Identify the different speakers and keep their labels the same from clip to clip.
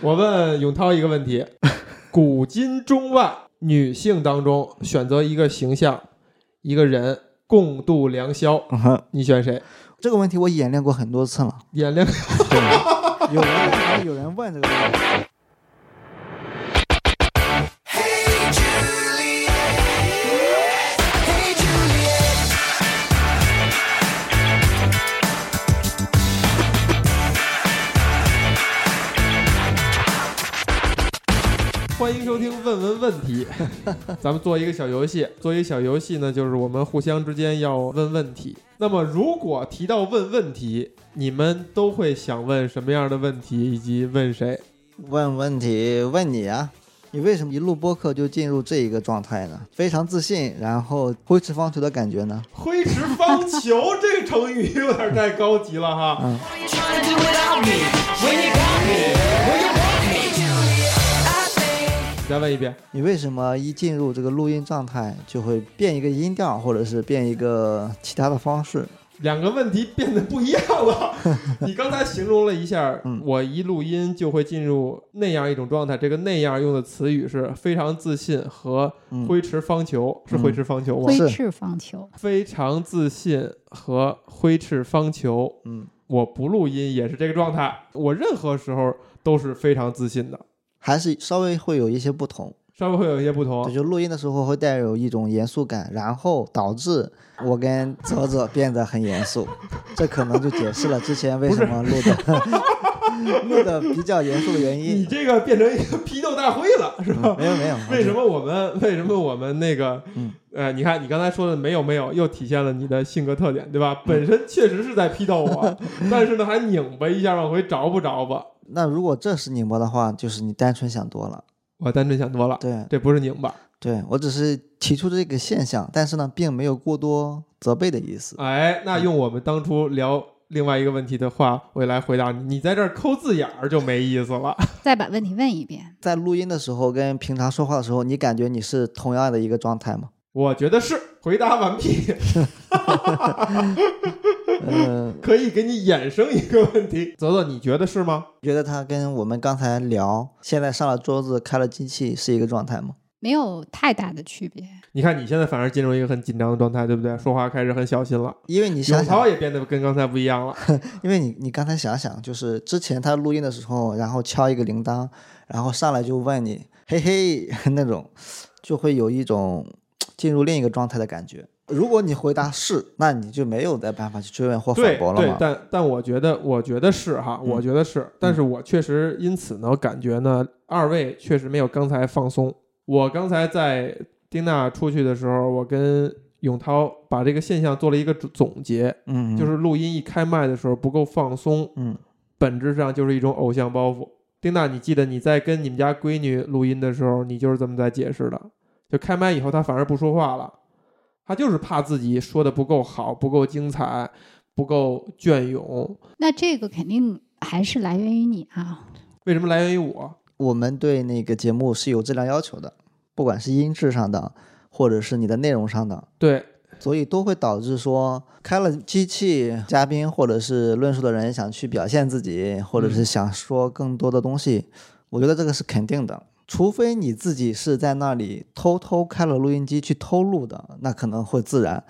Speaker 1: 我问永涛一个问题：古今中外女性当中选择一个形象、一个人共度良宵，
Speaker 2: 嗯哼
Speaker 1: 你选谁？
Speaker 2: 这个问题我演练过很多次了。
Speaker 1: 演练
Speaker 2: 有人有人问这个问题，
Speaker 1: 欢迎收听《问问问题》，咱们做一个小游戏。做一个小游戏呢，就是我们互相之间要问问题。那么，如果提到问问题，你们都会想问什么样的问题，以及问谁？
Speaker 2: 问问题问你啊，你为什么一录播客就进入这一个状态呢？非常自信，然后挥斥方遒的感觉呢？
Speaker 1: 挥斥方遒这个成语有点太高级了哈。
Speaker 2: 嗯
Speaker 3: Trying to do without me when you got me, when you want me. I think
Speaker 1: 再问一遍，
Speaker 2: 你为什么一进入这个录音状态就会变一个音调，或者是变一个其他的方式？
Speaker 1: 两个问题变得不一样 了。你刚才形容了一下
Speaker 2: 嗯，
Speaker 1: 我一录音就会进入那样一种状态。这个“那样”用的词语是非常自信和
Speaker 2: 嗯
Speaker 1: 挥斥方遒，是挥斥方遒吗？
Speaker 2: 是
Speaker 4: 挥斥方遒，
Speaker 1: 非常自信和挥斥方遒。
Speaker 2: 嗯，
Speaker 1: 我不录音也是这个状态，我任何时候都是非常自信的，
Speaker 2: 还是稍微会有一些不同。
Speaker 1: 稍微会有一些不同
Speaker 2: 对，。就录音的时候会带有一种严肃感，然后导致我跟泽泽变得很严 肃，这可能就解释了之前为什么录的录的 比较严肃的原
Speaker 1: 你
Speaker 2: 因。
Speaker 1: 这个变成一个批斗大会了，是吧？
Speaker 2: 没有没有，
Speaker 1: 为什么我们为什么我们那个
Speaker 2: 嗯，
Speaker 1: 呃，你看你刚才说的没有没有，又体现了你的性格特点，对
Speaker 2: 嗯
Speaker 1: 吧？本身确实是在批斗 我，但是呢还拧巴一下往回找不着吧？
Speaker 2: 那如果这是拧巴的话，就是你单纯想多了。
Speaker 1: 我单纯想多了，
Speaker 2: 对
Speaker 1: 这不是拧巴。
Speaker 2: 对，我只是提出这个现象，但是呢，并没有过多责备的意思。
Speaker 1: 哎，那用我们当初聊另外一个问题的话，我也来回答你。你在这儿抠字眼儿就没意思了。
Speaker 4: 再把问题问一遍。
Speaker 2: 在录音的时候跟平常说话的时候，你感觉你是同样的一个状态吗？
Speaker 1: 我觉得是 回答完毕，
Speaker 2: 呃，
Speaker 1: 可以给你衍生一个问题。泽泽，你觉得是吗？
Speaker 2: 觉得他跟我们刚才聊，现在上了桌子开了机器是一个状态吗？
Speaker 4: 没有太大的区别，
Speaker 1: 你看你现在反而进入一个很紧张的状态，对不对？说话开始很小心了。
Speaker 2: 因为你想
Speaker 1: 永
Speaker 2: 想
Speaker 1: 涛，也变得跟刚才不一样了。
Speaker 2: 因为你你刚才想想，就是之前他录音的时候，然后敲一个铃铛，然后上来就问你嘿嘿那种，就会有一种进入另一个状态的感觉。如果你回答是，那你就没有再办法去追问或
Speaker 1: 对
Speaker 2: 哦反驳了
Speaker 1: 对
Speaker 2: 嘛，。
Speaker 1: 但但我觉得，我觉得是哈，
Speaker 2: 嗯
Speaker 1: 我觉得是。但是我确实因此呢，我感觉呢，二位确实没有刚才放松。我刚才在丁娜出去的时候，我跟永涛把这个现象做了一个总总结，
Speaker 2: 嗯，
Speaker 1: 就是录音一开麦的时候不够放松，
Speaker 2: 嗯，
Speaker 1: 本质上就是一种偶像包袱。丁娜，你记得你在跟你们家闺女录音的时候，你就是这么在解释的，就开麦以后她反而不说话了，她就是怕自己说的不够好、不够精彩、不够隽永。
Speaker 4: 那这个肯定还是来源于你啊。
Speaker 1: 为什么来源于我？
Speaker 2: 我们对那个节目是有质量要求的，不管是音质上的，或者是你的内容上的，
Speaker 1: 对，
Speaker 2: 所以都会导致说开了机器，嘉宾或者是论述的人想去表现自己，或者是想说更多的东西，我觉得这个是肯定的。除非你自己是在那里偷偷开了录音机去偷录的，那可能会自然。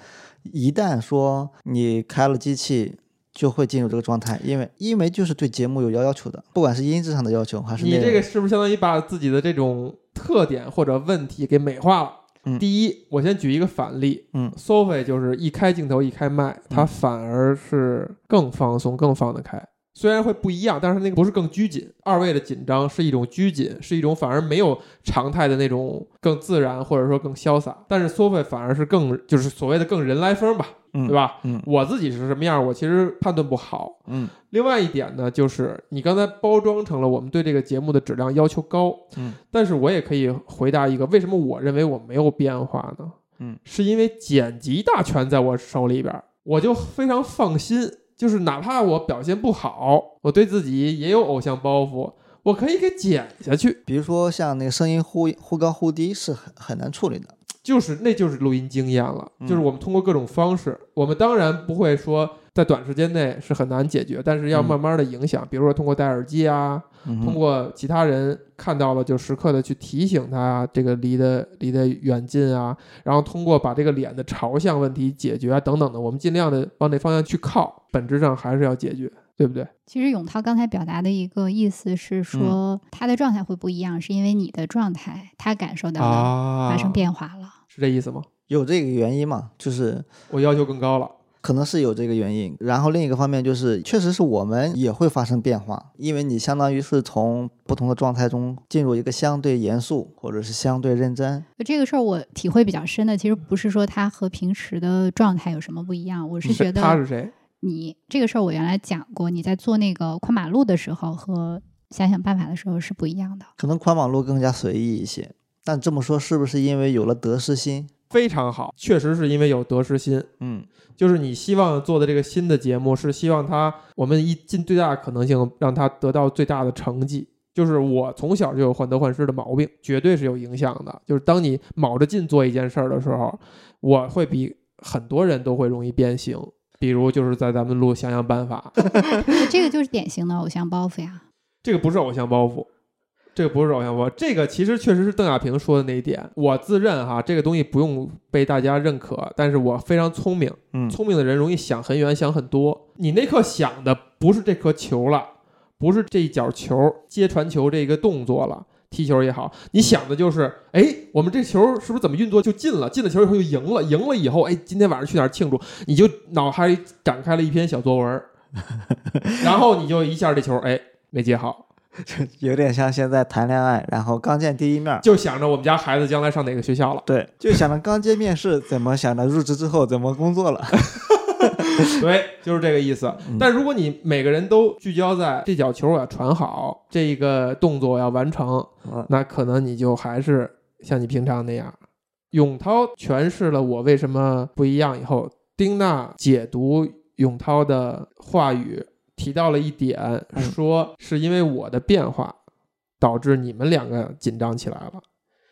Speaker 2: 一旦说你开了机器，就会进入这个状态，因为因为就是对节目有要要求的，不管是音质上的要求啊还是内
Speaker 1: 你
Speaker 2: 容
Speaker 1: 这个是不是相当于把自己的这种特点或者问题给美化了？
Speaker 2: 嗯
Speaker 1: 第一，我先举一个反例，
Speaker 2: 嗯
Speaker 1: ，Sophie 就是一开镜头一开麦，她反而是更放松、更放得开。虽然会不一样，但是那个不是更拘谨。二位的紧张是一种拘谨，是一种反而没有常态的那种更自然，或者说更潇洒。但是 Sophie 反而是更就是所谓的更人来疯吧，
Speaker 2: 嗯
Speaker 1: 对吧？
Speaker 2: 嗯
Speaker 1: 我自己是什么样，我其实判断不好。
Speaker 2: 嗯
Speaker 1: 另外一点呢，就是你刚才包装成了我们对这个节目的质量要求高，
Speaker 2: 嗯，
Speaker 1: 但是我也可以回答一个，为什么我认为我没有变化呢？
Speaker 2: 嗯，
Speaker 1: 是因为剪辑大权在我手里边儿，我就非常放心，就是哪怕我表现不好，我对自己也有偶像包袱，我可以给剪下去，
Speaker 2: 比如说像那个声音忽忽高忽低是很很难处理的，
Speaker 1: 就是那就是录音经验了，
Speaker 2: 嗯
Speaker 1: 就是我们通过各种方式，我们当然不会说。在短时间内是很难解决，但是要
Speaker 2: 嗯
Speaker 1: 慢慢的影响，比如说通过戴耳机啊，
Speaker 2: 嗯
Speaker 1: 通
Speaker 2: 哼
Speaker 1: 过其他人看到了，就时刻的去提醒他这个离得离得远近啊，然后通过把这个脸的朝向问题解决啊等等的，我们尽量的往这方向去靠，本质上还是要解决，对不对？
Speaker 4: 其实永涛刚才表达的一个意思
Speaker 1: 嗯
Speaker 4: 是说，他的状态会不一样，是因为你的状态他感受到了
Speaker 1: 啊
Speaker 4: 发生变化了。
Speaker 1: 是这意思吗？
Speaker 2: 有这个原因嘛，就是
Speaker 1: 我要求更高了，
Speaker 2: 可能是有这个原因。然后另一个方面就是，确实是我们也会发生变化，因为你相当于是从不同的状态中进入一个相对严肃或者是相对认真。
Speaker 4: 就这个事儿，我体会比较深的，其实不是说他和平时的状态有什么不一样，我是觉
Speaker 1: 嗯他
Speaker 4: 得
Speaker 1: 是谁？
Speaker 4: 你这个事儿，我原来讲过，你在做那个跨马路的时候和想想办法的时候是不一样的。
Speaker 2: 可能宽网络更加随意一些。但这么说是不是因为有了得失心？
Speaker 1: 非常好，确实是因为有得失心，
Speaker 2: 嗯，
Speaker 1: 就是你希望做的这个新的节目是希望它，我们一尽最大的可能性让它得到最大的成绩。就是我从小就有患得患失的毛病，绝对是有影响的。就是当你卯着劲做一件事儿的时候，我会比很多人都会容易变形。比如就是在咱们录想想办法，
Speaker 4: 这个就是典型的偶像包袱呀。
Speaker 1: 这个不是偶像包袱，这个不是偶像包袱，这个其实确实是邓亚萍说的那一点。我自认哈，这个东西不用被大家认可，但是我非常聪明，
Speaker 2: 嗯
Speaker 1: 聪明的人容易想很远，想很多。你那刻想的不是这颗球了，不是这一脚球接传球这个动作了。踢球也好，你想的就是，哎，我们这球是不是怎么运作就进了？进了球以后就赢了，赢了以后，哎，今天晚上去哪儿庆祝？你就脑海里展开了一篇小作文儿，然后你就一下这球，哎，没接好，
Speaker 2: 有点像现在谈恋爱，然后刚见第一面儿，
Speaker 1: 就想着我们家孩子将来上哪个学校了。
Speaker 2: 对，就想着刚见面试，怎么想着入职之后怎么工作了？
Speaker 1: 对，就是这个意思。但如果你每个人都聚焦在这脚球我要传好，这个动作我要完成，
Speaker 2: 嗯
Speaker 1: 那可能你就还是像你平常那样。永涛诠释了我为什么不一样以后，丁娜解读永涛的话语，提到了一点，
Speaker 2: 嗯
Speaker 1: 说是因为我的变化导致你们两个紧张起来了。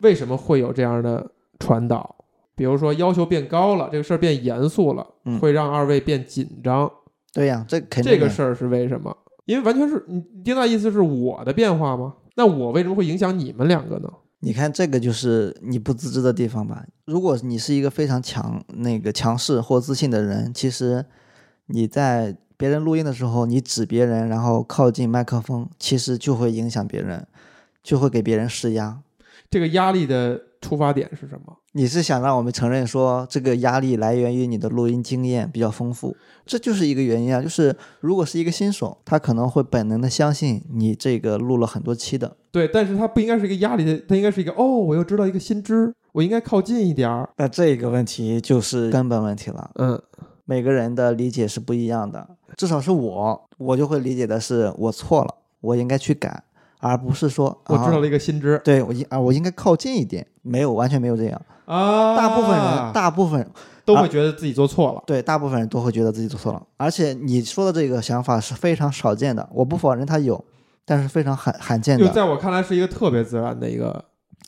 Speaker 1: 为什么会有这样的传导？比如说要求变高了，这个事儿变严肃了，
Speaker 2: 嗯
Speaker 1: 会让二位变紧张。
Speaker 2: 对呀、这肯定
Speaker 1: 这个
Speaker 2: 的
Speaker 1: 事儿是为什么？因为完全是你丁娜意思是我的变化吗？那我为什么会影响你们两个呢？
Speaker 2: 你看，这个就是你不自知的地方吧。如果你是一个非常强、那个强势或自信的人，其实你在别人录音的时候，你指别人，然后靠近麦克风，其实就会影响别人，就会给别人施压。
Speaker 1: 这个压力的出发点是什么？
Speaker 2: 你是想让我们承认说这个压力来源于你的录音经验比较丰富，这就是一个原因啊。就是如果是一个新手，他可能会本能的相信你这个录了很多期的，
Speaker 1: 对，但是它不应该是一个压力的，它应该是一个哦，我又知道一个新知，我应该靠近一点儿。
Speaker 2: 那这个问题就是根本问题了。
Speaker 1: 嗯，
Speaker 2: 每个人的理解是不一样的。至少是我，我就会理解的是我错了，我应该去改，而不是说
Speaker 1: 我知道
Speaker 2: 啊、
Speaker 1: 了一个新知
Speaker 2: 对我应啊我应该靠近一点。没有，完全没有这样。
Speaker 1: 啊，
Speaker 2: 大部分人，大部分
Speaker 1: 都会觉得自己做错了。
Speaker 2: 对大部分人都会觉得自己做错了。而且你说的这个想法是非常少见的，我不否认他有，但是非常罕罕见
Speaker 1: 就
Speaker 2: 的。
Speaker 1: 在我看来是一个特别自然的一个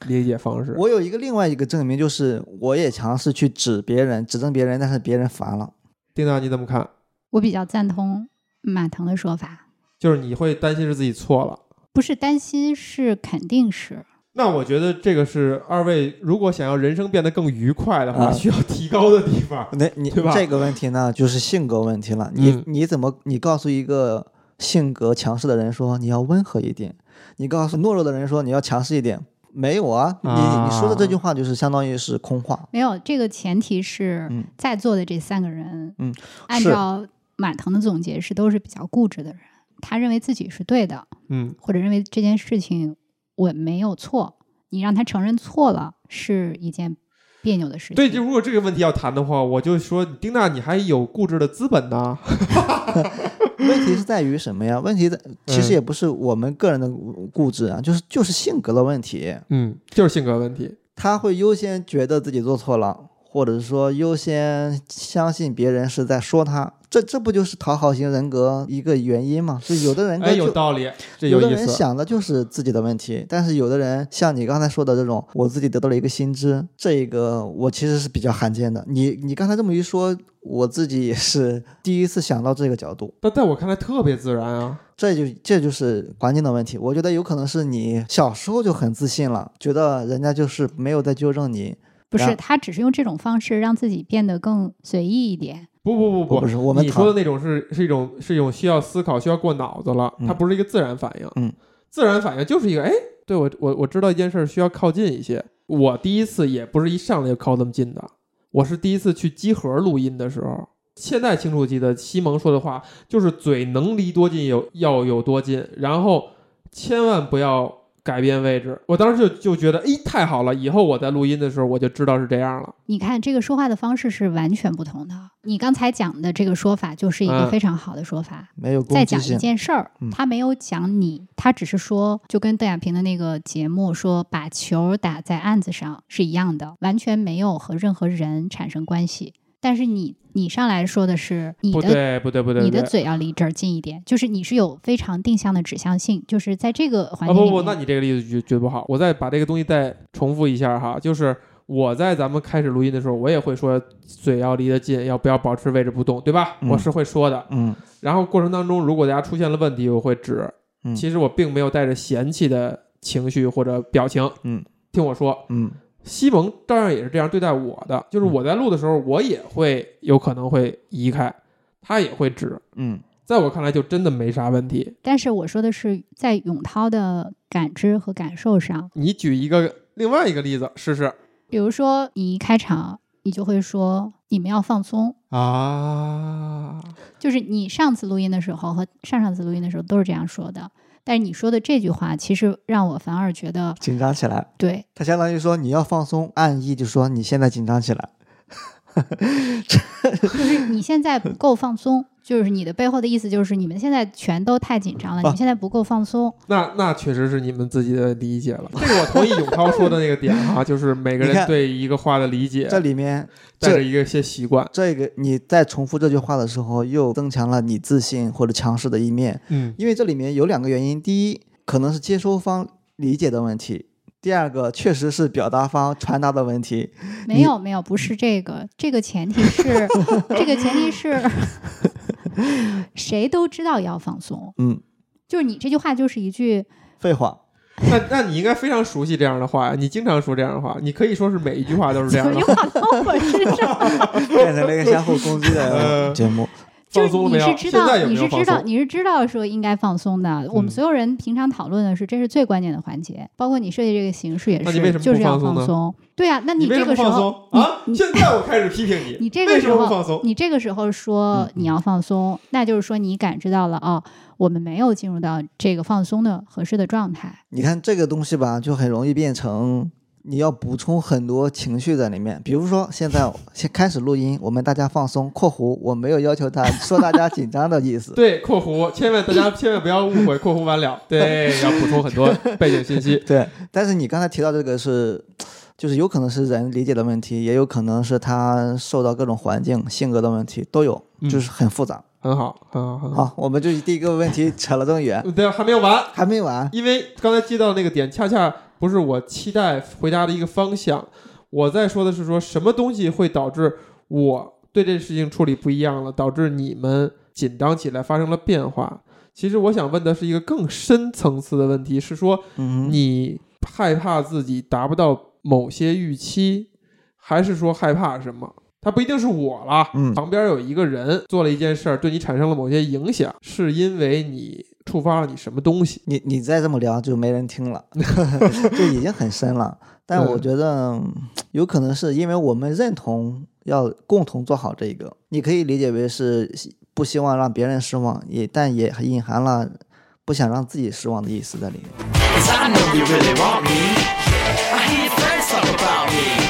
Speaker 1: 理解方式。
Speaker 2: 我有一个另外一个证明，就是我也尝试去指别人、指正别人，但是别人烦了。
Speaker 1: 丁娜，你怎么看？
Speaker 4: 我比较赞同马腾的说法，
Speaker 1: 就是你会担心是自己错了。
Speaker 4: 不是担心，是肯定是。
Speaker 1: 那我觉得这个是二位如果想要人生变得更愉快的话，
Speaker 2: 啊
Speaker 1: 需要提高的地方。
Speaker 2: 那你
Speaker 1: 啊对吧
Speaker 2: 这个问题呢，就是性格问题了。你、
Speaker 1: 嗯
Speaker 2: 你怎么你告诉一个性格强势的人说你要温和一点，你告诉懦弱的人说你要强势一点，没有啊？你你说的这句话就是相当于是空话。
Speaker 4: 没有这个前提是
Speaker 2: 嗯，
Speaker 4: 在座的这三个人，
Speaker 2: 嗯，
Speaker 4: 按
Speaker 2: 是
Speaker 4: 照马腾的总结是都是比较固执的人，他认为自己是对的，
Speaker 1: 嗯，
Speaker 4: 或者认为这件事情我没有错，你让他承认错了是一件别扭的事情。
Speaker 1: 对，就如果这个问题要谈的话，我就说丁娜，你还有固执的资本呢。
Speaker 2: 问题是在于什么呀？问题在其
Speaker 1: 嗯
Speaker 2: 实也不是我们个人的固执啊，就是就是性格的问题。
Speaker 1: 嗯，就是性格问题。
Speaker 2: 他会优先觉得自己做错了，或者是说优先相信别人是在说他，这这不就是讨好型人格一个原因吗？是有的人格
Speaker 1: 哎，
Speaker 2: 就
Speaker 1: 有道理，这
Speaker 2: 有的
Speaker 1: 意
Speaker 2: 人
Speaker 1: 思。
Speaker 2: 想的就是自己的问题，但是有的人像你刚才说的这种，我自己得到了一个新知，这一个我其实是比较罕见的。你你刚才这么一说，我自己也是第一次想到这个角度，
Speaker 1: 但在我看来特别自然啊。
Speaker 2: 这就这就是环境的问题。我觉得有可能是你小时候就很自信了，觉得人家就是没有在纠正你。
Speaker 4: 不
Speaker 2: 然
Speaker 4: 是，他只是用这种方式让自己变得更随意一点。
Speaker 1: 不不不
Speaker 2: 我不是我们
Speaker 1: 你
Speaker 2: 讨
Speaker 1: 说的那种是是一种是一种需要思考、需要过脑子了，
Speaker 2: 嗯
Speaker 1: 它不是一个自然反应。
Speaker 2: 嗯，
Speaker 1: 自然反应就是一个哎，对我我我知道一件事儿需要靠近一些。我第一次也不是一上来就靠这么近的，我是第一次去集合录音的时候，现在清楚记得西蒙说的话，就是嘴能离多近有要有多近，然后千万不要改变位置。我当时就就觉得，哎，太好了，以后我在录音的时候我就知道是这样了。
Speaker 4: 你看，这个说话的方式是完全不同的。你刚才讲的这个说法就是一
Speaker 1: 嗯
Speaker 4: 个非常好的说法。
Speaker 2: 没有
Speaker 4: 再
Speaker 2: 攻击
Speaker 4: 讲一
Speaker 2: 性，
Speaker 4: 件事儿
Speaker 2: 嗯，
Speaker 4: 他没有讲你，他只是说，就跟邓亚萍的那个节目说，把球打在案子上是一样的，完全没有和任何人产生关系。但是你你上来说的是你
Speaker 1: 不
Speaker 4: 的
Speaker 1: 对，不对，不对，
Speaker 4: 你
Speaker 1: 不对
Speaker 4: 的嘴要离这儿近一点，就是你是有非常定向的指向性，就是在这个环
Speaker 1: 啊
Speaker 4: 境里
Speaker 1: 不
Speaker 4: 面。
Speaker 1: 不，那你这个例子绝绝不好。我再把这个东西再重复一下哈，就是我在咱们开始录音的时候，我也会说嘴要离得近，要不要保持位置不动，对吧？
Speaker 2: 嗯
Speaker 1: 我是会说的。
Speaker 2: 嗯，
Speaker 1: 然后过程当中，如果大家出现了问题，我会指。
Speaker 2: 嗯
Speaker 1: 其实我并没有带着嫌弃的情绪或者表情。
Speaker 2: 嗯，
Speaker 1: 听我说，
Speaker 2: 嗯
Speaker 1: 西蒙当然也是这样对待我的，就是我在录的时候，我也会有可能会移开，他也会指。
Speaker 2: 嗯
Speaker 1: 在我看来，就真的没啥问题。
Speaker 4: 但是我说的是在永涛的感知和感受上，
Speaker 1: 你举一个另外一个例子试试。
Speaker 4: 比如说你一开场，你就会说你们要放松，
Speaker 1: 啊，
Speaker 4: 就是你上次录音的时候和上上次录音的时候都是这样说的，但是你说的这句话，其实让我反而觉得
Speaker 2: 紧张起来。
Speaker 4: 对，
Speaker 2: 他相当于说你要放松，暗意就说你现在紧张起来。
Speaker 4: 就是你现在不够放松，就是你的背后的意思就是你们现在全都太紧张了，你
Speaker 1: 啊
Speaker 4: 们现在不够放松。
Speaker 1: 那那确实是你们自己的理解了。这个我同意永涛说的那个点 哈、就是每个
Speaker 2: 你
Speaker 1: 人
Speaker 2: 看
Speaker 1: 对一个话的理解
Speaker 2: 这里面
Speaker 1: 带着
Speaker 2: 这
Speaker 1: 一个些习惯。
Speaker 2: 这个你在重复这句话的时候，又增强了你自信或者强势的一面，
Speaker 1: 嗯，
Speaker 2: 因为这里面有两个原因：第一，可能是接收方理解的问题；第二个，确实是表达方传达的问题。
Speaker 4: 没有没有，不是这个，这个前提是 这个前提是谁都知道要放松，
Speaker 2: 嗯，
Speaker 4: 就是你这句话就是一句
Speaker 2: 废话，
Speaker 1: 那那你应该非常熟悉这样的话呀，你经常说这样的话，你可以说是每一句话都是这样
Speaker 4: 怎
Speaker 1: 的
Speaker 4: 么又
Speaker 1: 话。
Speaker 4: 跑到 我身上？
Speaker 2: 变成了一个相互攻击
Speaker 1: 呃
Speaker 2: 的节目。
Speaker 4: 就
Speaker 1: 放
Speaker 4: 是
Speaker 1: 松了
Speaker 4: 你
Speaker 1: 没
Speaker 4: 是
Speaker 1: 有？
Speaker 4: 知
Speaker 1: 现
Speaker 4: 道
Speaker 1: 在，有没
Speaker 4: 你
Speaker 1: 有
Speaker 4: 是
Speaker 1: 放
Speaker 4: 知道，
Speaker 1: 松？
Speaker 4: 你是知道说应该放松的。我
Speaker 1: 嗯
Speaker 4: 们所有人平常讨论的是，这是最关键的环节，包括你设计这个形式也
Speaker 1: 那你为什
Speaker 4: 是，
Speaker 1: 么
Speaker 4: 就是
Speaker 1: 不
Speaker 4: 要
Speaker 1: 放松
Speaker 4: 放
Speaker 1: 呢
Speaker 4: 松。对呀、那
Speaker 1: 你为什
Speaker 4: 这
Speaker 1: 么
Speaker 4: 个时
Speaker 1: 放
Speaker 4: 候，
Speaker 1: 松啊？
Speaker 4: 你
Speaker 1: 现在我开始批评你，
Speaker 4: 你这
Speaker 1: 为
Speaker 4: 个
Speaker 1: 什
Speaker 4: 时
Speaker 1: 么不
Speaker 4: 候
Speaker 1: 放松？
Speaker 4: 你这个时候说
Speaker 2: 嗯
Speaker 4: 你要放松，那就是说你感知到了哦，我们没有进入到这个放松的合适的状态。
Speaker 2: 你看这个东西吧，就很容易变成你要补充很多情绪在里面。比如说，现在先开始录音，我们大家放松（括弧我没有要求他说大家紧张的意思
Speaker 1: 对，括弧，千万大 家千万不要误会，括弧完了，对，要补充很多背景信息）。。
Speaker 2: 对，但是你刚才提到这个是，就是有可能是人理解的问题，也有可能是他受到各种环境、性格的问题都有，
Speaker 1: 嗯
Speaker 2: 就是很复杂。
Speaker 1: 很好，很好，很好。
Speaker 2: 好，我们就第一个问题扯了这么 远，
Speaker 1: 对，还没有完。
Speaker 2: 还没完。
Speaker 1: 因为刚才接到那个点，恰恰不是我期待回答的一个方向。我在说的是说什么东西会导致我对这事情处理不一样了，导致你们紧张起来，发生了变化。其实我想问的是一个更深层次的问题，是说
Speaker 2: 嗯，
Speaker 1: 你害怕自己达不到某些预期，还是说害怕什么？它不一定是我啦，
Speaker 2: 嗯
Speaker 1: 旁边有一个人做了一件事儿，对你产生了某些影响，是因为你触发了你什么东西？
Speaker 2: 你你再这么聊就没人听 了，就已经很深了。但我
Speaker 1: 嗯
Speaker 2: 觉得嗯有可能是因为我们认同要共同做好这个，你可以理解为是希不希望让别人失望，也但也隐含了不想让自己失望的意思在里面。
Speaker 3: Cause I know you really want me. I hear your friends talk about me.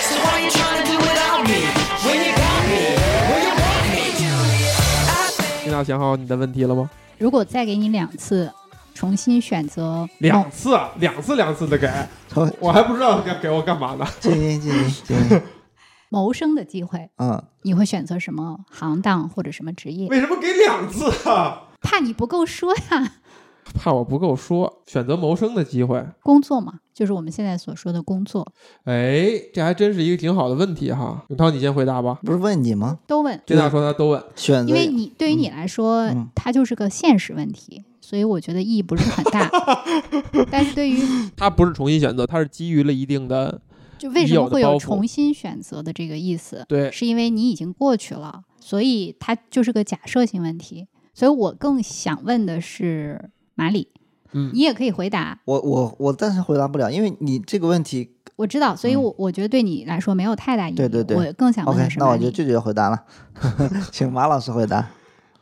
Speaker 3: So why you trying to do without me? When you got me, when you want me. I think
Speaker 1: 你俩想好你的问题了吗？
Speaker 4: 如果再给你两次，重新选择
Speaker 1: 两次，两次，两次的给，
Speaker 2: 好，
Speaker 1: 我还不知道要给我干嘛呢。
Speaker 2: 静音，静音，静音。
Speaker 4: 谋生的机会，
Speaker 2: 嗯，
Speaker 4: 你会选择什么行当或者什么职业？
Speaker 1: 为什么给两次啊？
Speaker 4: 怕你不够说呀，
Speaker 1: 怕我不够说，选择谋生的机会。
Speaker 4: 工作嘛，就是我们现在所说的工作，
Speaker 1: 哎，这还真是一个挺好的问题哈。永涛，你先回答吧。
Speaker 2: 不是问你吗？
Speaker 4: 都问，
Speaker 1: 这大说他都问，
Speaker 2: 选择
Speaker 4: 因为你对于你来说，
Speaker 2: 嗯
Speaker 4: 它就是个现实问题，所以我觉得意义不是很 大。但是对于
Speaker 1: 他不是重新选择，他是基于了一定的
Speaker 4: 就为什么会
Speaker 1: 有的包
Speaker 4: 有
Speaker 1: 袱
Speaker 4: 重新选择的这个意思，
Speaker 1: 对
Speaker 4: 是因为你已经过去了，所以它就是个假设性问题。所以我更想问的是马里，
Speaker 1: 嗯
Speaker 4: 你也可以回答，
Speaker 2: 我我我暂时回答不了，因为你这个问题，
Speaker 4: 我知道，所以我、我觉得对你来说没有太大意义。
Speaker 2: 嗯对对对
Speaker 4: 我更想问
Speaker 2: OK，
Speaker 4: 的是
Speaker 2: 那
Speaker 4: 马
Speaker 2: 我
Speaker 4: 里。
Speaker 2: 就拒绝回答了， 请马老师回答。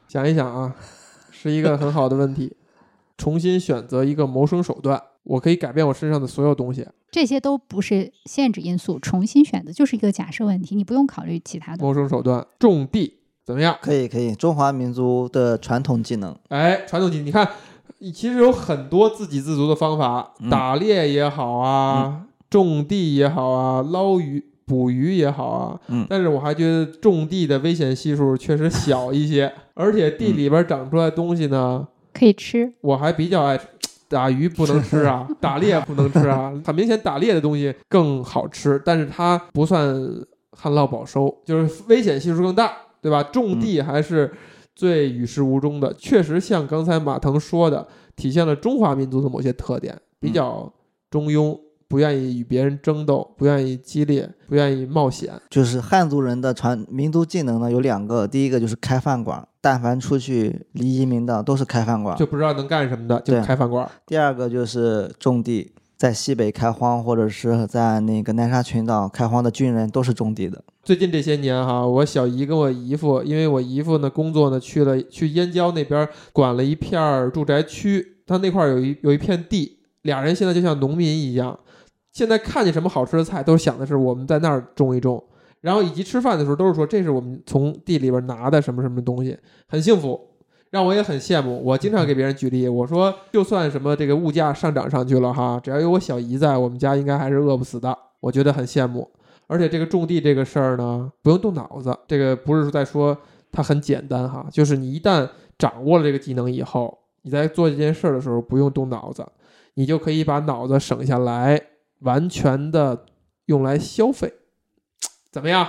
Speaker 1: 想一想啊，是一个很好的问 题。重新选择一个谋生手段，我可以改变我身上的所有东西。
Speaker 4: 这些都不是限制因素，重新选择就是一个假设问题，你不用考虑其他的。
Speaker 1: 谋生手段，种地怎么样？
Speaker 2: 可以可以，中华民族的传统技能，
Speaker 1: 哎，传统技，你看，其实有很多自给自足的方法，
Speaker 2: 嗯
Speaker 1: 打猎也好啊，种地也好啊，捞鱼、捕鱼也好啊。
Speaker 2: 嗯
Speaker 1: 但是我还觉得种地的危险系数确实小一些，而且地
Speaker 2: 嗯
Speaker 1: 里边长出来的东西呢，
Speaker 4: 可以吃，
Speaker 1: 我还比较爱吃。打鱼不能吃啊，打猎不能吃啊。很明显，打猎的东西更好吃，但是它不算旱涝保收，就是危险系数更大，对吧？种地还是最与世无争的，确实像刚才马腾说的，体现了中华民族的某些特点，比较中庸，不愿意与别人争斗，不愿意激烈，不愿意冒险。
Speaker 2: 就是汉族人的传民族技能呢，有两个，第一个就是开饭馆，但凡出去离移民的都是开饭馆；
Speaker 1: 就不知道能干什么的，就
Speaker 2: 啊对
Speaker 1: 开饭馆儿。
Speaker 2: 第二个就是种地，在西北开荒或者是在那个南沙群岛开荒的军人都是种地的。
Speaker 1: 最近这些年哈，我小姨跟我姨父，因为我姨父呢工作呢去了去燕郊那边管了一片儿住宅区，他那块儿有一有一片地，俩人现在就像农民一样，现在看见什么好吃的菜都想的是我们在那儿种一种，然后以及吃饭的时候都是说这是我们从地里边拿的什么什么东西，很幸福。让我也很羡慕。我经常给别人举例，我说就算什么这个物价上涨上去了哈，只要有我小姨在，我们家应该还是饿不死的。我觉得很羡慕。而且这个种地这个事儿呢，不用动脑子，这个不是说在说它很简单哈，就是你一旦掌握了这个技能以后，你在做这件事儿的时候不用动脑子，你就可以把脑子省下来，完全的用来消费，怎么样？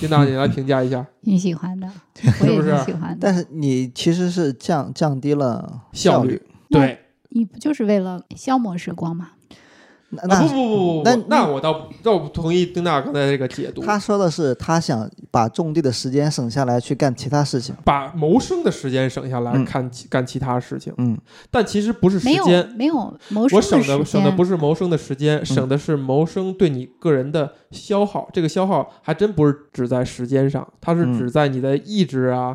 Speaker 1: 金娜，你来评价一 下
Speaker 4: 挺喜欢的，我也
Speaker 1: 是不啊是
Speaker 4: 挺喜欢的。
Speaker 2: 但是你其实是降降低了
Speaker 1: 效率
Speaker 2: 率。。
Speaker 4: 那
Speaker 1: 对，
Speaker 4: 你不就是为了消磨时光吗？
Speaker 2: 那
Speaker 1: 啊、
Speaker 2: 那
Speaker 1: 不不不不不，
Speaker 2: 那
Speaker 1: 那我倒不倒不同意丁娜刚才这个解读。
Speaker 2: 他说的是他想把种地的时间省下来去干其他事情。
Speaker 1: 把谋生的时间省下来，
Speaker 2: 嗯
Speaker 1: 看其干其他事情，
Speaker 2: 嗯，
Speaker 1: 但其实不是时
Speaker 4: 没有
Speaker 1: 间，
Speaker 4: 没有谋生
Speaker 1: 我省的
Speaker 4: 时
Speaker 1: 省的
Speaker 4: 间
Speaker 1: 不是谋生的时
Speaker 2: 嗯
Speaker 1: 间，省的是谋生对你个人的消耗。这个消耗还真不是只在时间上，它是
Speaker 2: 嗯
Speaker 1: 指在你的意志啊、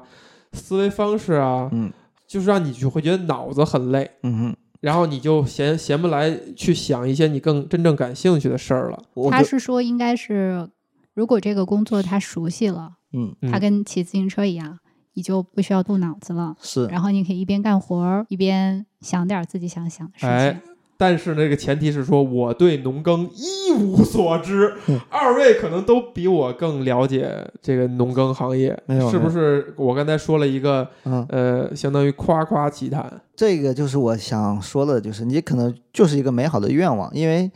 Speaker 1: 思维方式啊，
Speaker 2: 嗯
Speaker 1: 就是让你去会觉得脑子很累，
Speaker 2: 嗯哼，
Speaker 1: 然后你就闲闲不来去想一些你更真正感兴趣的事儿了。
Speaker 2: 我
Speaker 4: 他
Speaker 2: 觉
Speaker 4: 是说应该是，如果这个工作他熟悉了，
Speaker 2: 嗯
Speaker 4: 他
Speaker 1: 嗯
Speaker 4: 跟骑自行车一样，你就不需要动脑子了。
Speaker 2: 是
Speaker 4: 然后你可以一边干活儿，一边想点儿自己想想的事情。
Speaker 1: 哎但是那个前提是说，我对农耕一无所知
Speaker 2: 嗯，
Speaker 1: 二位可能都比我更了解这个农耕行业
Speaker 2: 没有，
Speaker 1: 是不是？我刚才说了一个
Speaker 2: 嗯，
Speaker 1: 呃，相当于夸夸其谈，
Speaker 2: 这个就是我想说的，就是你可能就是一个美好的愿望，因为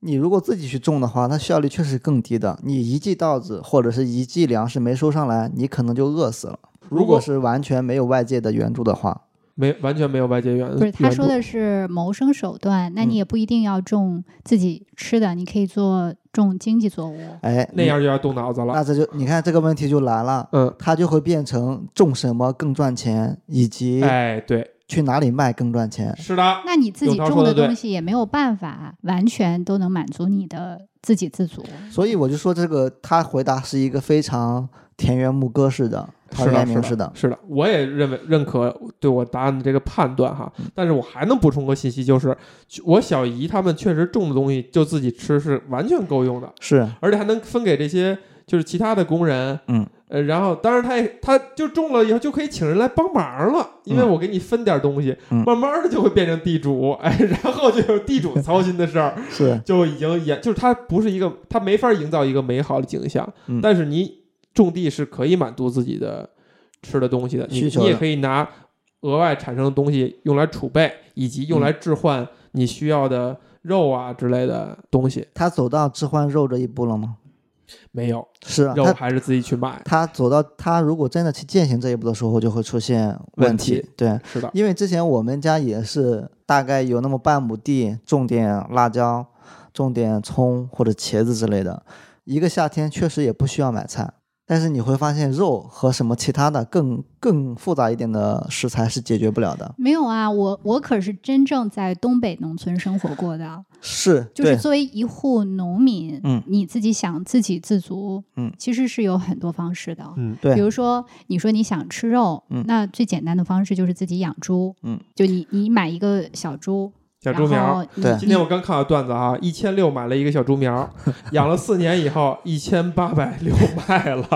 Speaker 2: 你如果自己去种的话，它效率确实更低的。你一季稻子或者是一季粮食没收上来，你可能就饿死了。
Speaker 1: 如
Speaker 2: 如
Speaker 1: 果
Speaker 2: 果是完全没有外界的援助的话，
Speaker 1: 没完全没有外界援
Speaker 4: 不是他说
Speaker 1: 援助
Speaker 4: 的是谋生手段，那你
Speaker 2: 呃嗯
Speaker 4: 也不一定要种自己吃的，你可以做种经济作物。
Speaker 2: 哎，
Speaker 1: 那样就要动脑子
Speaker 2: 你，
Speaker 1: 了。
Speaker 2: 那这就你看这个问题就来了，
Speaker 1: 嗯，
Speaker 2: 它就会变成种什么更赚钱，以及
Speaker 1: 哎，对，
Speaker 2: 去哪里卖更赚钱。
Speaker 1: 是的，
Speaker 4: 那你自己
Speaker 1: 有道
Speaker 4: 种
Speaker 1: 说得
Speaker 4: 的东
Speaker 1: 对
Speaker 4: 西也没有办法完全都能满足你的自给自足。
Speaker 2: 所以我就说，这个他回答是一个非常田园牧歌式的、陶
Speaker 1: 是
Speaker 2: 渊
Speaker 1: 的，
Speaker 2: 明
Speaker 1: 是
Speaker 2: 式的。
Speaker 1: 是的，我也认为认可对我答案的这个判断哈。
Speaker 2: 嗯
Speaker 1: 但是我还能补充个信息，就是我小姨他们确实种的东西就自己吃是完全够用的，
Speaker 2: 是，
Speaker 1: 而且还能分给这些就是其他的工人，
Speaker 2: 嗯，
Speaker 1: 呃，然后当然他也他就中了以后就可以请人来帮忙了，因为
Speaker 2: 嗯
Speaker 1: 我给你分点东西，
Speaker 2: 嗯
Speaker 1: 慢慢的就会变成地主，哎，然后就有地主操心的事儿，
Speaker 2: 是
Speaker 1: 就已经也就是它不是一个，它没法营造一个美好的景象。
Speaker 2: 嗯
Speaker 1: 但是你种地是可以满足自己的吃的东西的，你
Speaker 2: 需求的
Speaker 1: 你也可以拿额外产生的东西用来储备，以及用来置换你需要的肉啊之类的东西。
Speaker 2: 他走到置换肉这一步了吗？
Speaker 1: 没有，
Speaker 2: 是啊，
Speaker 1: 肉
Speaker 2: 他
Speaker 1: 还是自己去买。
Speaker 2: 他走到他如果真的去践行这一步的时候，就会出现问题。
Speaker 1: 问
Speaker 2: 对，
Speaker 1: 是 的，
Speaker 2: 因为之前我们家也是大概有那么半亩地，种点辣椒，种点葱或者茄子之类的。一个夏天确实也不需要买菜，但是你会发现肉和什么其他的更更复杂一点的食材是解决不了的。
Speaker 4: 没有啊，我我可是真正在东北农村生活过的，
Speaker 2: 是，
Speaker 4: 就是
Speaker 2: 对，
Speaker 4: 作为一户农民，
Speaker 2: 嗯
Speaker 4: 你自己想自给自足，
Speaker 2: 嗯
Speaker 4: 其实是有很多方式的。
Speaker 1: 嗯，
Speaker 2: 对
Speaker 4: 比如说，你说你想吃肉，
Speaker 2: 嗯
Speaker 4: 那最简单的方式就是自己养猪，
Speaker 2: 嗯，
Speaker 4: 就你你买一个小猪，
Speaker 1: 小猪
Speaker 4: 然
Speaker 1: 苗。
Speaker 4: 后你
Speaker 2: 对
Speaker 1: 今天我刚看到段子啊，一千六买了一个小猪苗，养了四年以后，一千八百六卖了。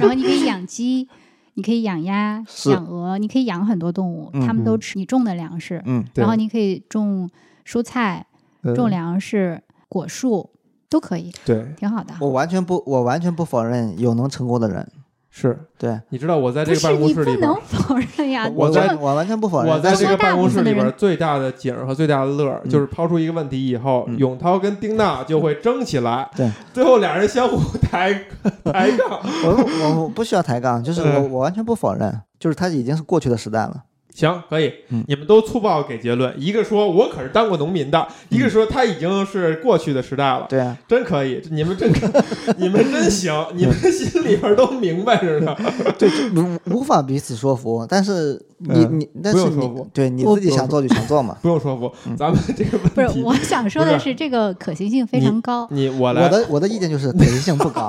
Speaker 4: 然后你可以养鸡，你可以养鸭、
Speaker 2: 是
Speaker 4: 养鹅，你可以养很多动物，
Speaker 2: 嗯
Speaker 4: 它们都吃你种的粮食，
Speaker 2: 嗯，
Speaker 1: 对
Speaker 4: 然后你可以种蔬菜、
Speaker 2: 呃
Speaker 4: 种粮食、果树，都可以，
Speaker 1: 对，
Speaker 4: 挺好的。
Speaker 2: 我完全不，我完全不否认有能成功的人。
Speaker 1: 是
Speaker 2: 对，
Speaker 1: 你知道我在这个
Speaker 4: 不是
Speaker 1: 办公
Speaker 4: 你
Speaker 1: 室
Speaker 4: 不
Speaker 1: 里边儿
Speaker 4: 能否认呀，
Speaker 2: 我
Speaker 1: 我
Speaker 4: 你
Speaker 1: 在
Speaker 4: 这
Speaker 2: 完
Speaker 4: 么
Speaker 2: 我完全不否
Speaker 1: 我
Speaker 2: 认，
Speaker 1: 在
Speaker 2: 但是
Speaker 1: 这个办公室里
Speaker 4: 大部分的
Speaker 1: 边
Speaker 4: 人
Speaker 1: 最大的景儿和最大的乐儿，
Speaker 2: 嗯
Speaker 1: 就是抛出一个问题以后，
Speaker 2: 嗯
Speaker 1: 永涛跟丁娜就会争起来，
Speaker 2: 对，
Speaker 1: 最后俩人相互抬 抬杠。
Speaker 2: 我我我不需要抬杠，就是我
Speaker 1: 嗯
Speaker 2: 我完全不否认，就是它已经是过去的时代了。
Speaker 1: 行，可以
Speaker 2: 嗯，
Speaker 1: 你们都粗暴给结论，一个说我可是当过农民的，一个说他已经是过去的时代了，
Speaker 2: 对啊，
Speaker 1: 真可以，你们真可， 你们真行，你们心里边都明白着呢。
Speaker 2: 对，就无无法彼此说服，但是你、
Speaker 1: 嗯
Speaker 2: 你，但是
Speaker 1: 不用说
Speaker 2: 你
Speaker 1: 服
Speaker 2: 对你
Speaker 1: 我
Speaker 2: 自己想做就想做嘛。
Speaker 1: 不用说服，
Speaker 2: 嗯
Speaker 1: 咱们这个
Speaker 4: 不
Speaker 1: 问
Speaker 4: 是，
Speaker 1: 题，
Speaker 4: 我想说的
Speaker 1: 不
Speaker 4: 是，这个可行性非常高。
Speaker 1: 你 我
Speaker 2: 我
Speaker 1: 来，
Speaker 2: 的我的意 见就是可行性不高，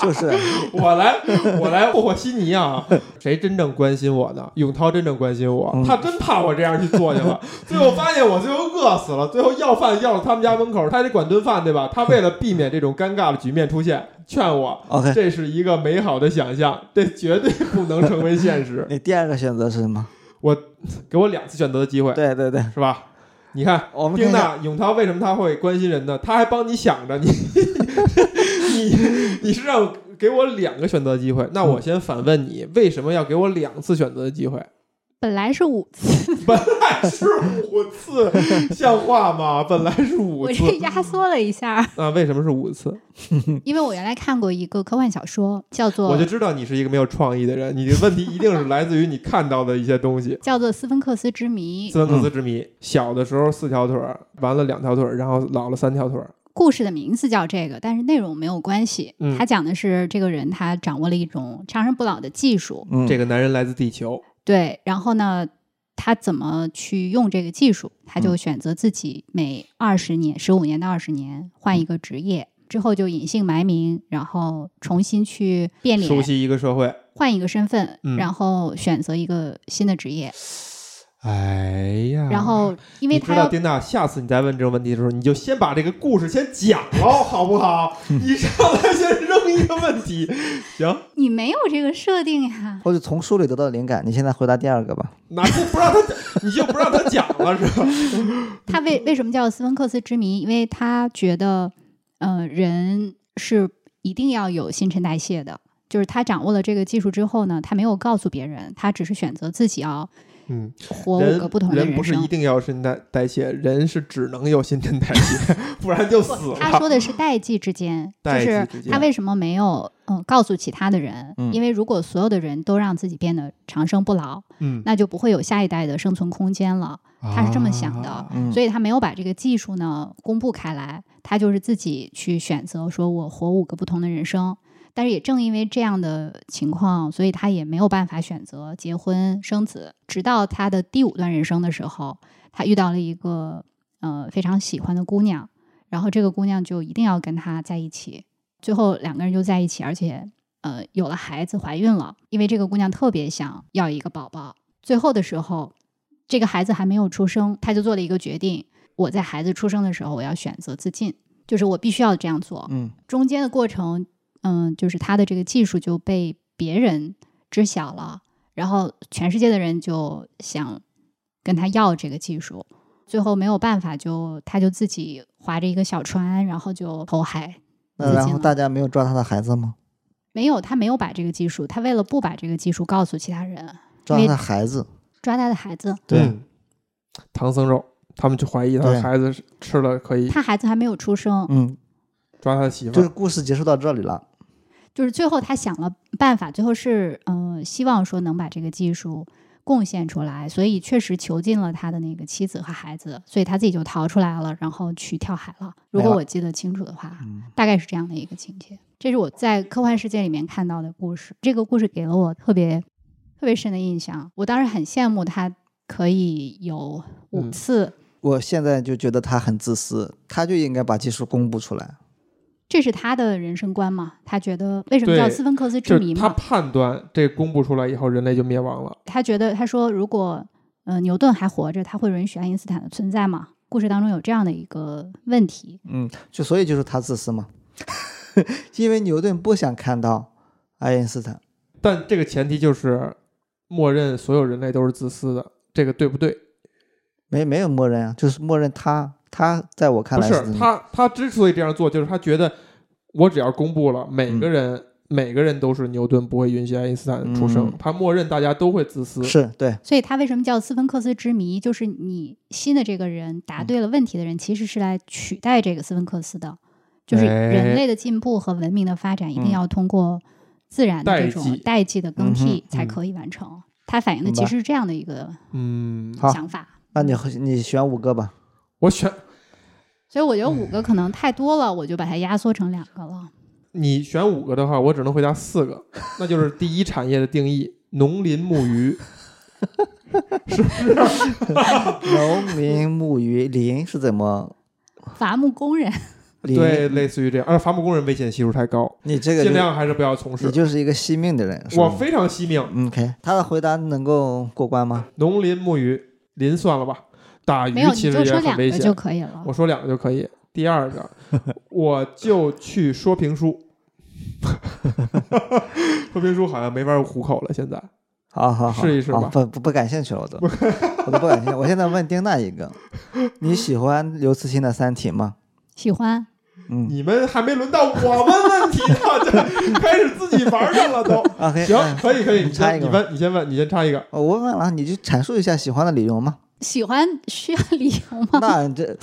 Speaker 2: 就是
Speaker 1: 我来，我来霍霍稀泥啊！谁真正关心我呢？永涛真正关心我，
Speaker 2: 嗯
Speaker 1: 他真怕我这样去做去了。最后发现我最后饿死了，最后要饭要到他们家门口，他还得管顿饭对吧？他为了避免这种尴尬的局面出现，劝我，
Speaker 2: OK。
Speaker 1: 这是一个美好的想象，这绝对不能成为现 实。
Speaker 2: 你第二个选择是什么？
Speaker 1: 给我两次选择的机会，
Speaker 2: 对对对，
Speaker 1: 是吧？你看，
Speaker 2: 我们看
Speaker 1: 丁
Speaker 2: 一下
Speaker 1: 娜，永涛为什么他会关心人呢？他还帮你想着你，你你是让给我两个选择机会，那我先反问你，为什么要给我两次选择的机会？
Speaker 4: 本来是五次，
Speaker 1: 本来 是五次，像话吗？本来是五
Speaker 4: 我
Speaker 1: 次，
Speaker 4: 这压缩了一下，
Speaker 1: 那啊为什么是五次？
Speaker 4: 因为我原来看过一个科幻小说，叫
Speaker 1: 嗯我
Speaker 4: 做。
Speaker 1: 就知道你是一个没有创意的人，你的问题一定是来自于你看到的一些东西
Speaker 4: 叫做《斯芬克斯之谜》
Speaker 1: 斯。芬克斯之谜，小的时候四条腿儿，完了两条腿儿，然后老了三条腿儿。
Speaker 4: 故事的名字叫这个，但是内容没有关系。
Speaker 1: 嗯
Speaker 4: 它讲的是这个人他掌握了一种长生不老的技术，
Speaker 2: 嗯
Speaker 1: 这个男人来自地球，
Speaker 4: 对，然后呢，他怎么去用这个技术？
Speaker 1: 嗯
Speaker 4: 他就选择自己每二十年、十五年到二十年换一个职业，之后就隐姓埋名，然后重新去变
Speaker 1: 熟
Speaker 4: 脸，
Speaker 1: 悉一个社会。
Speaker 4: 换一个身份，
Speaker 1: 嗯
Speaker 4: 然后选择一个新的职业。
Speaker 1: 哎呀，
Speaker 4: 然后，因为
Speaker 1: 你知
Speaker 4: 他
Speaker 1: 道
Speaker 4: 要
Speaker 1: 丁娜，下次你再问这种问题的时候，你就先把这个故事先讲 了，好不好？你上来先扔一个问题，行，
Speaker 4: 你没有这个设定呀。
Speaker 2: 或者从书里得到的灵感，你现在回答第二个吧。
Speaker 1: 哪就不让他 讲，你就不让他讲了是吧？
Speaker 4: 他为为什么叫斯芬克斯之谜？因为他觉得，呃，人是一定要有新陈代谢的。就是他掌握了这个技术之后呢，他没有告诉别人，他只是选择自己要
Speaker 1: 嗯，
Speaker 4: 活五
Speaker 1: 人
Speaker 4: 个不同的
Speaker 1: 人不
Speaker 4: 人
Speaker 1: 是一
Speaker 4: 生。
Speaker 1: 定要有新陈代谢，人是只能有新陈代 谢，不然就死
Speaker 4: 不，
Speaker 1: 了。
Speaker 4: 他说的是代际之间，就
Speaker 1: 代际
Speaker 4: 是
Speaker 1: 之间
Speaker 4: 他为什么没有嗯告诉其他的人？
Speaker 2: 嗯
Speaker 4: 因为如果所有的人都让自己变得长生不老，
Speaker 1: 嗯，
Speaker 4: 那就不会有下一代的生存空间了。他是这么想的
Speaker 1: 啊
Speaker 2: 嗯，
Speaker 4: 所以他没有把这个技术呢公布开来，他就是自己去选择，说我活五个不同的人生。但是也正因为这样的情况，所以他也没有办法选择结婚生子。直到他的第五段人生的时候，他遇到了一个呃非常喜欢的姑娘，然后这个姑娘就一定要跟他在一起。最后两个人就在一起，而且呃有了孩子，怀孕了。因为这个姑娘特别想要一个宝宝。最后的时候，这个孩子还没有出生，他就做了一个决定：我在孩子出生的时候，我要选择自尽。就是我必须要这样做。
Speaker 2: 嗯
Speaker 4: 中间的过程，嗯，就是他的这个技术就被别人知晓了，然后全世界的人就想跟他要这个技术，最后没有办法就，他就自己划着一个小船，然后就投海。
Speaker 2: 那然
Speaker 4: 自
Speaker 2: 后
Speaker 4: 尽
Speaker 2: 大
Speaker 4: 了
Speaker 2: 家没有抓他的孩子吗？
Speaker 4: 没有，他没有把这个技术，他为了不把这个技术告诉其他人，
Speaker 2: 抓
Speaker 4: 因
Speaker 2: 他的
Speaker 4: 为
Speaker 2: 孩子，
Speaker 4: 抓他的孩子，
Speaker 2: 对
Speaker 1: 嗯唐僧肉，他们就怀疑他的
Speaker 2: 对
Speaker 1: 孩子是吃了可以
Speaker 4: 他孩子还没有出生，
Speaker 2: 嗯，
Speaker 1: 抓他的媳妇
Speaker 2: 就是
Speaker 1: 儿。
Speaker 2: 故事结束到这里了。
Speaker 4: 就是最后他想了办法，最后是嗯、呃希望说能把这个技术贡献出来，所以确实囚禁了他的那个妻子和孩子，所以他自己就逃出来了，然后去跳海了。如
Speaker 2: 没嗯
Speaker 4: 果
Speaker 2: 了
Speaker 4: 我记得清楚的话，大概是这样的一个情节。这是我在科幻世界里面看到的故事，这个故事给了我特别特别深的印象。我当时很羡慕他可以有五
Speaker 1: 嗯
Speaker 4: 次、
Speaker 2: 我现在就觉得他很自私，他就应该把技术公布出来。
Speaker 4: 这是他的人生观嘛？他觉得为什么
Speaker 1: 对
Speaker 4: 叫斯芬克斯
Speaker 1: 就
Speaker 4: 之
Speaker 1: 是
Speaker 4: 谜
Speaker 1: 他
Speaker 4: 嘛？
Speaker 1: 判断这公布出来以后，人类就灭亡了。
Speaker 4: 他觉得他说，如果呃牛顿还活着，他会允许爱因斯坦的存在吗？故事当中有这样的一个问题，
Speaker 2: 嗯，就所以就是他自私嘛， 因为牛顿不想看到爱因斯坦。
Speaker 1: 但这个前提就是，默认所有人类都是自私的，这个对不对？
Speaker 2: 没没有默认啊，就是默认他他在我看
Speaker 1: 不
Speaker 2: 来
Speaker 1: 是
Speaker 2: 这么
Speaker 1: 他，他之所以这样做，就是他觉得我只要公布了，每个人、每个人都是牛顿不会允许爱因斯坦出生，
Speaker 2: 嗯
Speaker 1: 他默认大家都会自私。
Speaker 2: 是对
Speaker 4: 所以他为什么叫斯芬克斯之谜？就是你新的这个人
Speaker 1: 嗯
Speaker 4: 答对了问题的人，其实是来取代这个斯芬克斯的，就是
Speaker 1: 哎嗯
Speaker 4: 人类的进步和文明的发展一定要通过自然的这
Speaker 1: 代
Speaker 4: 种
Speaker 1: 际
Speaker 4: 代际的更
Speaker 2: 嗯
Speaker 4: 替
Speaker 2: 哼
Speaker 4: 才可以完成。他反映的
Speaker 2: 明
Speaker 4: 其
Speaker 2: 白
Speaker 4: 实是这样的一个
Speaker 1: 嗯，
Speaker 2: 好
Speaker 4: 想法。
Speaker 2: 那你你选五 个吧，
Speaker 1: 我选
Speaker 4: 所以我觉得五
Speaker 1: 嗯
Speaker 4: 个可能太多了，我就把它压缩成两个了。
Speaker 1: 你选五个的话，我只能回答四 个，那就是第一产业的定义：农林牧渔。
Speaker 2: 农民、牧渔、林是怎么
Speaker 4: 伐木工人，
Speaker 2: 林？
Speaker 1: 对，类似于这样。而伐木工人危险系数太高，
Speaker 2: 你这个
Speaker 1: 尽
Speaker 2: 就
Speaker 1: 量还是不要从
Speaker 2: 你
Speaker 1: 事。
Speaker 2: 就是一个惜命的人。是
Speaker 1: 我
Speaker 2: 吧
Speaker 1: 非常惜命，
Speaker 2: 嗯 OK，他的回答能够过关吗？
Speaker 1: 农林牧渔，林算了吧，打
Speaker 4: 没
Speaker 1: 鱼
Speaker 4: 有
Speaker 1: 其实
Speaker 4: 你就
Speaker 1: 也
Speaker 4: 说
Speaker 1: 很
Speaker 4: 两
Speaker 1: 危
Speaker 4: 个
Speaker 1: 险。
Speaker 4: 就可以了
Speaker 1: 我。说两个就可以。第二 个，我就去说评书。 说评书好像没法糊口了，现在
Speaker 2: 好好好，
Speaker 1: 试一试
Speaker 2: 好
Speaker 1: 吧
Speaker 2: 不不不感兴趣了， 我都我都不感兴趣。我现在问丁娜一个，你喜欢刘慈欣的《三体》吗？
Speaker 4: 喜欢
Speaker 2: 嗯
Speaker 1: 你们还没轮到我问问题呢，这开始自己玩上了 都。
Speaker 2: ，OK，
Speaker 1: 行，
Speaker 2: 嗯
Speaker 1: 可以可以，
Speaker 2: 你
Speaker 1: 你
Speaker 2: 插
Speaker 1: 先
Speaker 2: 一
Speaker 1: 你
Speaker 2: 个吧。
Speaker 1: 问，你先问，你先插一个。
Speaker 2: 哦我问了，你就阐述一下喜欢的理由 嘛。
Speaker 4: 喜欢需要 理由吗？
Speaker 2: 那这，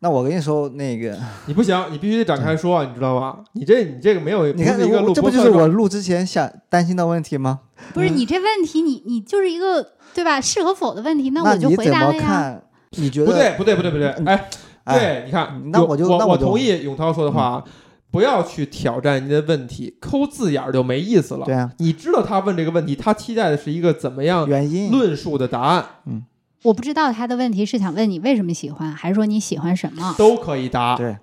Speaker 2: 那我跟你说，那个，
Speaker 1: 你不行，你必须得展开说，你知道吗？你这你这个没有，
Speaker 2: 你
Speaker 1: 不
Speaker 2: 看
Speaker 1: 是一个
Speaker 2: 我，
Speaker 1: 录
Speaker 2: 这
Speaker 1: 播
Speaker 2: 不就
Speaker 1: 课
Speaker 2: 是
Speaker 1: 的
Speaker 2: 我录之前想担心的问题吗？
Speaker 4: 不是你这问题你，你就是一个对吧？是和否的问题，那我就
Speaker 2: 你
Speaker 4: 回
Speaker 2: 怎
Speaker 4: 答
Speaker 2: 么
Speaker 4: 了呀。
Speaker 2: 看？你觉得
Speaker 1: 不对不对不对不对，哎，
Speaker 2: 哎
Speaker 1: 对，你看，
Speaker 2: 那
Speaker 1: 永
Speaker 2: 我就
Speaker 1: 我
Speaker 2: 那
Speaker 1: 我
Speaker 2: 我就嗯
Speaker 1: 同意永涛说的话啊，不要去挑战人家的问题，抠字眼儿就没意思了
Speaker 2: 对。啊，
Speaker 1: 你知道他问这个问题，他期待的是一个怎么样
Speaker 2: 原因
Speaker 1: 论述的答案，
Speaker 4: 我不知道他的问题是想问你为什么喜欢，还是说你喜欢什么？
Speaker 1: 都可以答。
Speaker 2: 啊对，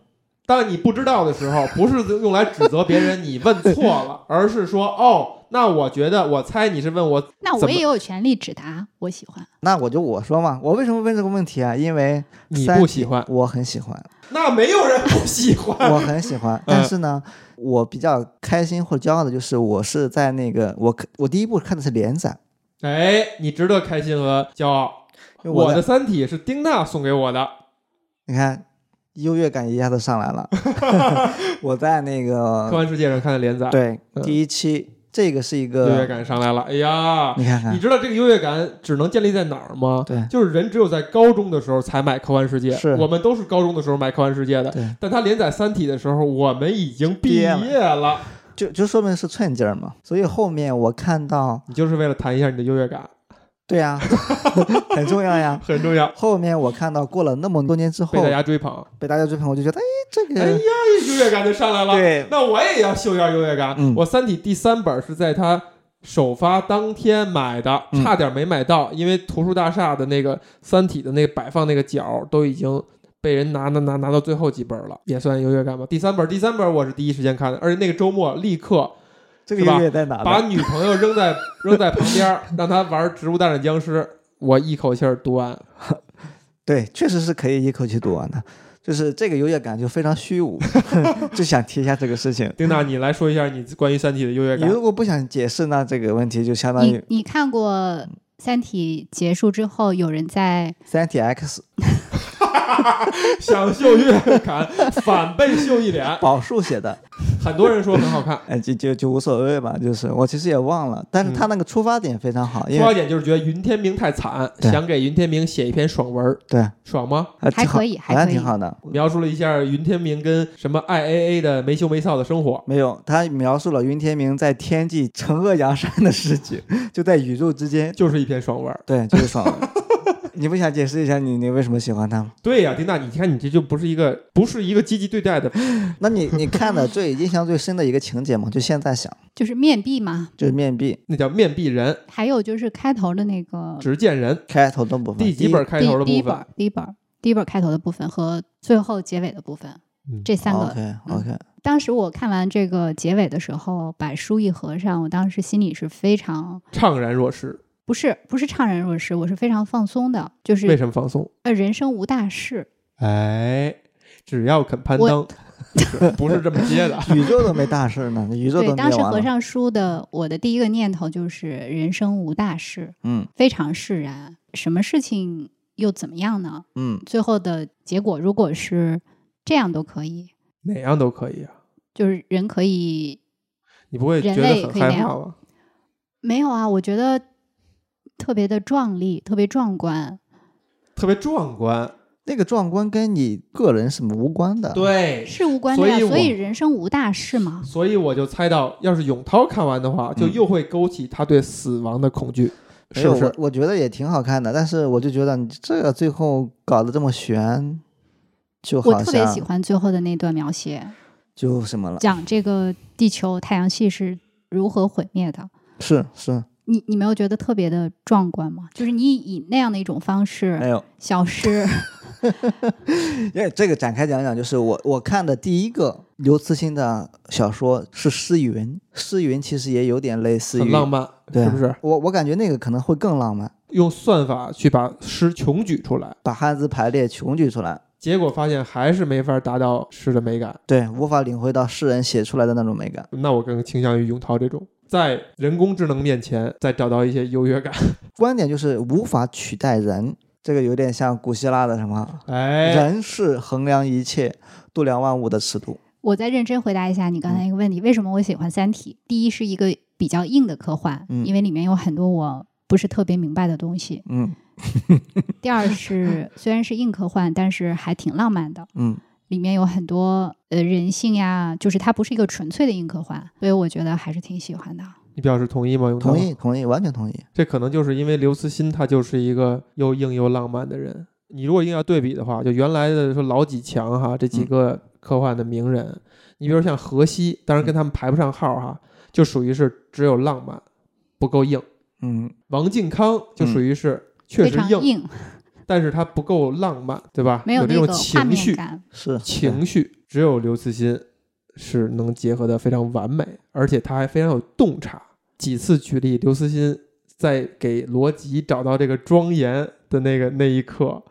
Speaker 1: 当你不知道的时候，不是用来指责别人你问错了，而是说哦，那我觉得我猜你是问我
Speaker 4: 那我
Speaker 1: 怎么
Speaker 4: 也有权利只答我喜欢。
Speaker 2: 那我就我说嘛，我为什么问这个问题啊？因为
Speaker 1: 你
Speaker 2: 三
Speaker 1: 不
Speaker 2: 体
Speaker 1: 喜欢
Speaker 2: 我很喜欢，
Speaker 1: 那没有人不喜欢。
Speaker 2: 我很 喜欢。
Speaker 1: 嗯
Speaker 2: 但是呢，我比较开心或者骄傲的就是，我是在那个我我第一部看的是连载，
Speaker 1: 哎，你值得开心和骄傲。
Speaker 2: 因为
Speaker 1: 我
Speaker 2: 在嗯
Speaker 1: 的《三体》是丁娜送给我的，
Speaker 2: 你看优越感一下子上 来了。我在那
Speaker 1: 科
Speaker 2: 个
Speaker 1: 幻世界上看的连载，
Speaker 2: 对
Speaker 1: 嗯
Speaker 2: 第一期，这个是一
Speaker 1: 优越
Speaker 2: 个，
Speaker 1: 感上来了。哎呀，
Speaker 2: 你看看
Speaker 1: 你，知道这个优越感只能建立在哪儿吗？
Speaker 2: 嗯对
Speaker 1: 就是人只有在高中的时候才买《科幻世界》，
Speaker 2: 是
Speaker 1: 我们都是高中的时候买《科幻世界》的。
Speaker 2: 对，
Speaker 1: 但他连载《三体》的时候，我们已经毕
Speaker 2: 毕业
Speaker 1: 业
Speaker 2: 了
Speaker 1: 了。
Speaker 2: 就就说明是寸劲儿嘛。所以后面我看到，
Speaker 1: 你就是为了谈一下你的优越感，
Speaker 2: 对呀、 很重要呀。
Speaker 1: 很重要，
Speaker 2: 后面我看到过了那么多年之后
Speaker 1: 被大家追捧。
Speaker 2: 被大家追捧，我就觉得，哎，这个、
Speaker 1: 哎呀，优越感就上来了。
Speaker 2: 对
Speaker 1: 那我也要秀一下优越感。
Speaker 2: 嗯
Speaker 1: 我《三体》第三本是在它首发当天买的，
Speaker 2: 嗯
Speaker 1: 差点没买到，因为图书大厦的那个《三体》的那个摆放那个角都已经被人拿拿拿拿到最后几本了，也算优越感吧。第三本，第三本我是第一时间看的，而且那个周末立刻
Speaker 2: 这
Speaker 1: 是吧
Speaker 2: 个月在哪呢？
Speaker 1: 把女朋友扔在 扔在旁边儿，让她玩《植物大战僵尸》，我一口气儿读完。
Speaker 2: 对，确实是可以一口气读完的，就是这个优越感就非常虚无， 就想提一下这个事情。
Speaker 1: 丁娜，你来说一下你关于《三体》的优越
Speaker 2: 你
Speaker 1: 感。
Speaker 2: 如果不想解释，那这个问题就相当于
Speaker 4: 你你看过《三体》结束之后，有人在
Speaker 2: 三体 X
Speaker 1: 想秀越感，反被秀一脸。
Speaker 2: 宝树写的，
Speaker 1: 很多人说很好看，
Speaker 2: 哎，就就就无所谓吧，就是我其实也忘了，但是他那个嗯出发点非常好，
Speaker 1: 出
Speaker 2: 因
Speaker 1: 发
Speaker 2: 为
Speaker 1: 点就是觉得云天明太惨，
Speaker 2: 对
Speaker 1: 想给云天明写一篇爽文儿，
Speaker 2: 对，
Speaker 1: 爽吗？
Speaker 2: 呃
Speaker 4: 还
Speaker 2: 挺好
Speaker 4: 可以
Speaker 2: 好
Speaker 4: 还
Speaker 2: 像
Speaker 4: 可以
Speaker 2: 挺好的。
Speaker 1: 描述了一下云天明跟什么 IAA 的没羞没臊的生活。
Speaker 2: 没有，他描述了云天明在天际惩恶扬善的事情， 就在宇宙之间。
Speaker 1: 就是一篇爽文儿，
Speaker 2: 对，就是爽文。 你不想解释一下你你为什么喜欢他吗？
Speaker 1: 对呀、丁娜，你看你这就不是一个不是一个积极对待的，
Speaker 2: 那你你看的最印象最深的一个情节嘛，就现在想，
Speaker 4: 就是面壁嘛，
Speaker 2: 就是面壁
Speaker 1: 那叫面壁人、
Speaker 4: 还有就是开头的那个
Speaker 1: 执剑人，
Speaker 2: 开头的部分。
Speaker 1: 第几本开
Speaker 4: 第
Speaker 1: 头的
Speaker 4: 嗯第一
Speaker 1: 部
Speaker 4: 本
Speaker 1: 分？
Speaker 4: 第一本第一本开头的部分和最后结尾的部分，
Speaker 1: 嗯
Speaker 4: 这三个
Speaker 2: OK OK，
Speaker 4: 当时我看完这个结尾的时候，把书一合上，我当时心里是非常
Speaker 1: 怅然若失。
Speaker 4: 不是不是怅然若失，我是非常放松的，就
Speaker 1: 为
Speaker 4: 是
Speaker 1: 什么放松？
Speaker 4: 呃人生无大事，
Speaker 1: 哎，只要肯攀
Speaker 4: 我
Speaker 1: 登，不是这么接的。
Speaker 2: 宇宙都没大事呢，宇宙
Speaker 4: 对，
Speaker 2: 都
Speaker 4: 当
Speaker 2: 没
Speaker 4: 时
Speaker 2: 完
Speaker 4: 合
Speaker 2: 了。
Speaker 4: 上书的我的第一个念头就是人生无大事，
Speaker 2: 嗯
Speaker 4: 非常释然，什么事情又怎么样呢？
Speaker 2: 嗯，
Speaker 4: 最后的结果如果是这样都可以，
Speaker 1: 哪样都可以啊，
Speaker 4: 就是人可以
Speaker 1: 你不会觉得很害怕吗？
Speaker 4: 没有啊？我觉得特别的壮丽，特别壮观，
Speaker 1: 特别壮观，
Speaker 2: 那个壮观跟你个人是无关的。，
Speaker 1: 对
Speaker 4: 是无关的呀。
Speaker 1: 所以我
Speaker 4: 所以人生无大事嘛。
Speaker 1: 所以我就猜到，要是永涛看完的
Speaker 2: 嗯
Speaker 1: 话，就又会勾起他对死亡的恐惧，是不是？
Speaker 2: 我我觉得也挺好看的，但是我就觉得你这个最后搞得这么悬，就
Speaker 4: 我
Speaker 2: 好
Speaker 4: 特别
Speaker 2: 像
Speaker 4: 喜欢最后的那段描写，
Speaker 2: 就什么了？
Speaker 4: 讲这个地球太阳系是如何毁灭的。
Speaker 2: 是是，
Speaker 4: 你你没有觉得特别的壮观吗？就是你以那样的一种方
Speaker 2: 没
Speaker 4: 式
Speaker 2: 有。
Speaker 4: 消失，
Speaker 2: 因为这个展开讲讲，就是我我看的第一个刘慈欣的小说是《诗云》，《诗云》其实也有点类似于
Speaker 1: 很浪漫，
Speaker 2: 对
Speaker 1: 是不是？
Speaker 2: 我我感觉那个可能会更浪漫，
Speaker 1: 用算法去把诗穷举出来，
Speaker 2: 把汉字排列穷举出来，
Speaker 1: 结果发现还是没法达到诗的美感。
Speaker 2: 对，无法领会到诗人写出来的那种美感。
Speaker 1: 那我更倾向于永涛这种，在人工智能面前再找到一些优越感。
Speaker 2: 观点就是无法取代人，这个有点像古希腊的什么
Speaker 1: 哎，
Speaker 2: 人是衡量一切、度量万物的尺度。
Speaker 4: 我再认真回答一下你刚才一个问题：为什么我喜欢《三体》？第一是一个比较硬的科幻，
Speaker 2: 嗯
Speaker 4: 因为里面有很多我不是特别明白的东西；
Speaker 2: 嗯
Speaker 4: 第二是虽然是硬科幻，但是还挺浪漫的，
Speaker 2: 嗯，
Speaker 4: 里面有很多呃人性呀，就是它不是一个纯粹的硬科幻，所以我觉得还是挺喜欢的。
Speaker 1: 你表示同意吗？永涛
Speaker 2: 同意同意，完全同意。
Speaker 1: 这可能就是因为刘慈欣他就是一个又硬又浪漫的人。你如果硬要对比的话，就原来的说老几强哈这几个科幻的名人，你比如像荷西，当然跟他们排不上号哈，就属于是只有浪漫，不够硬。
Speaker 2: 嗯，
Speaker 1: 王靖康就属于是确
Speaker 4: 非
Speaker 1: 实
Speaker 4: 常
Speaker 1: 硬，
Speaker 4: 硬，
Speaker 1: 但是他不够浪漫，对吧？
Speaker 4: 没有
Speaker 1: 这
Speaker 4: 那
Speaker 1: 种
Speaker 4: 个画
Speaker 1: 情
Speaker 4: 面
Speaker 1: 绪，
Speaker 4: 感。
Speaker 2: 是嗯
Speaker 1: 情绪只有刘慈欣是能结合的非常完美，而且他还非常有洞察。几次举例，刘慈欣在给罗辑找到这个庄严的那个那一刻，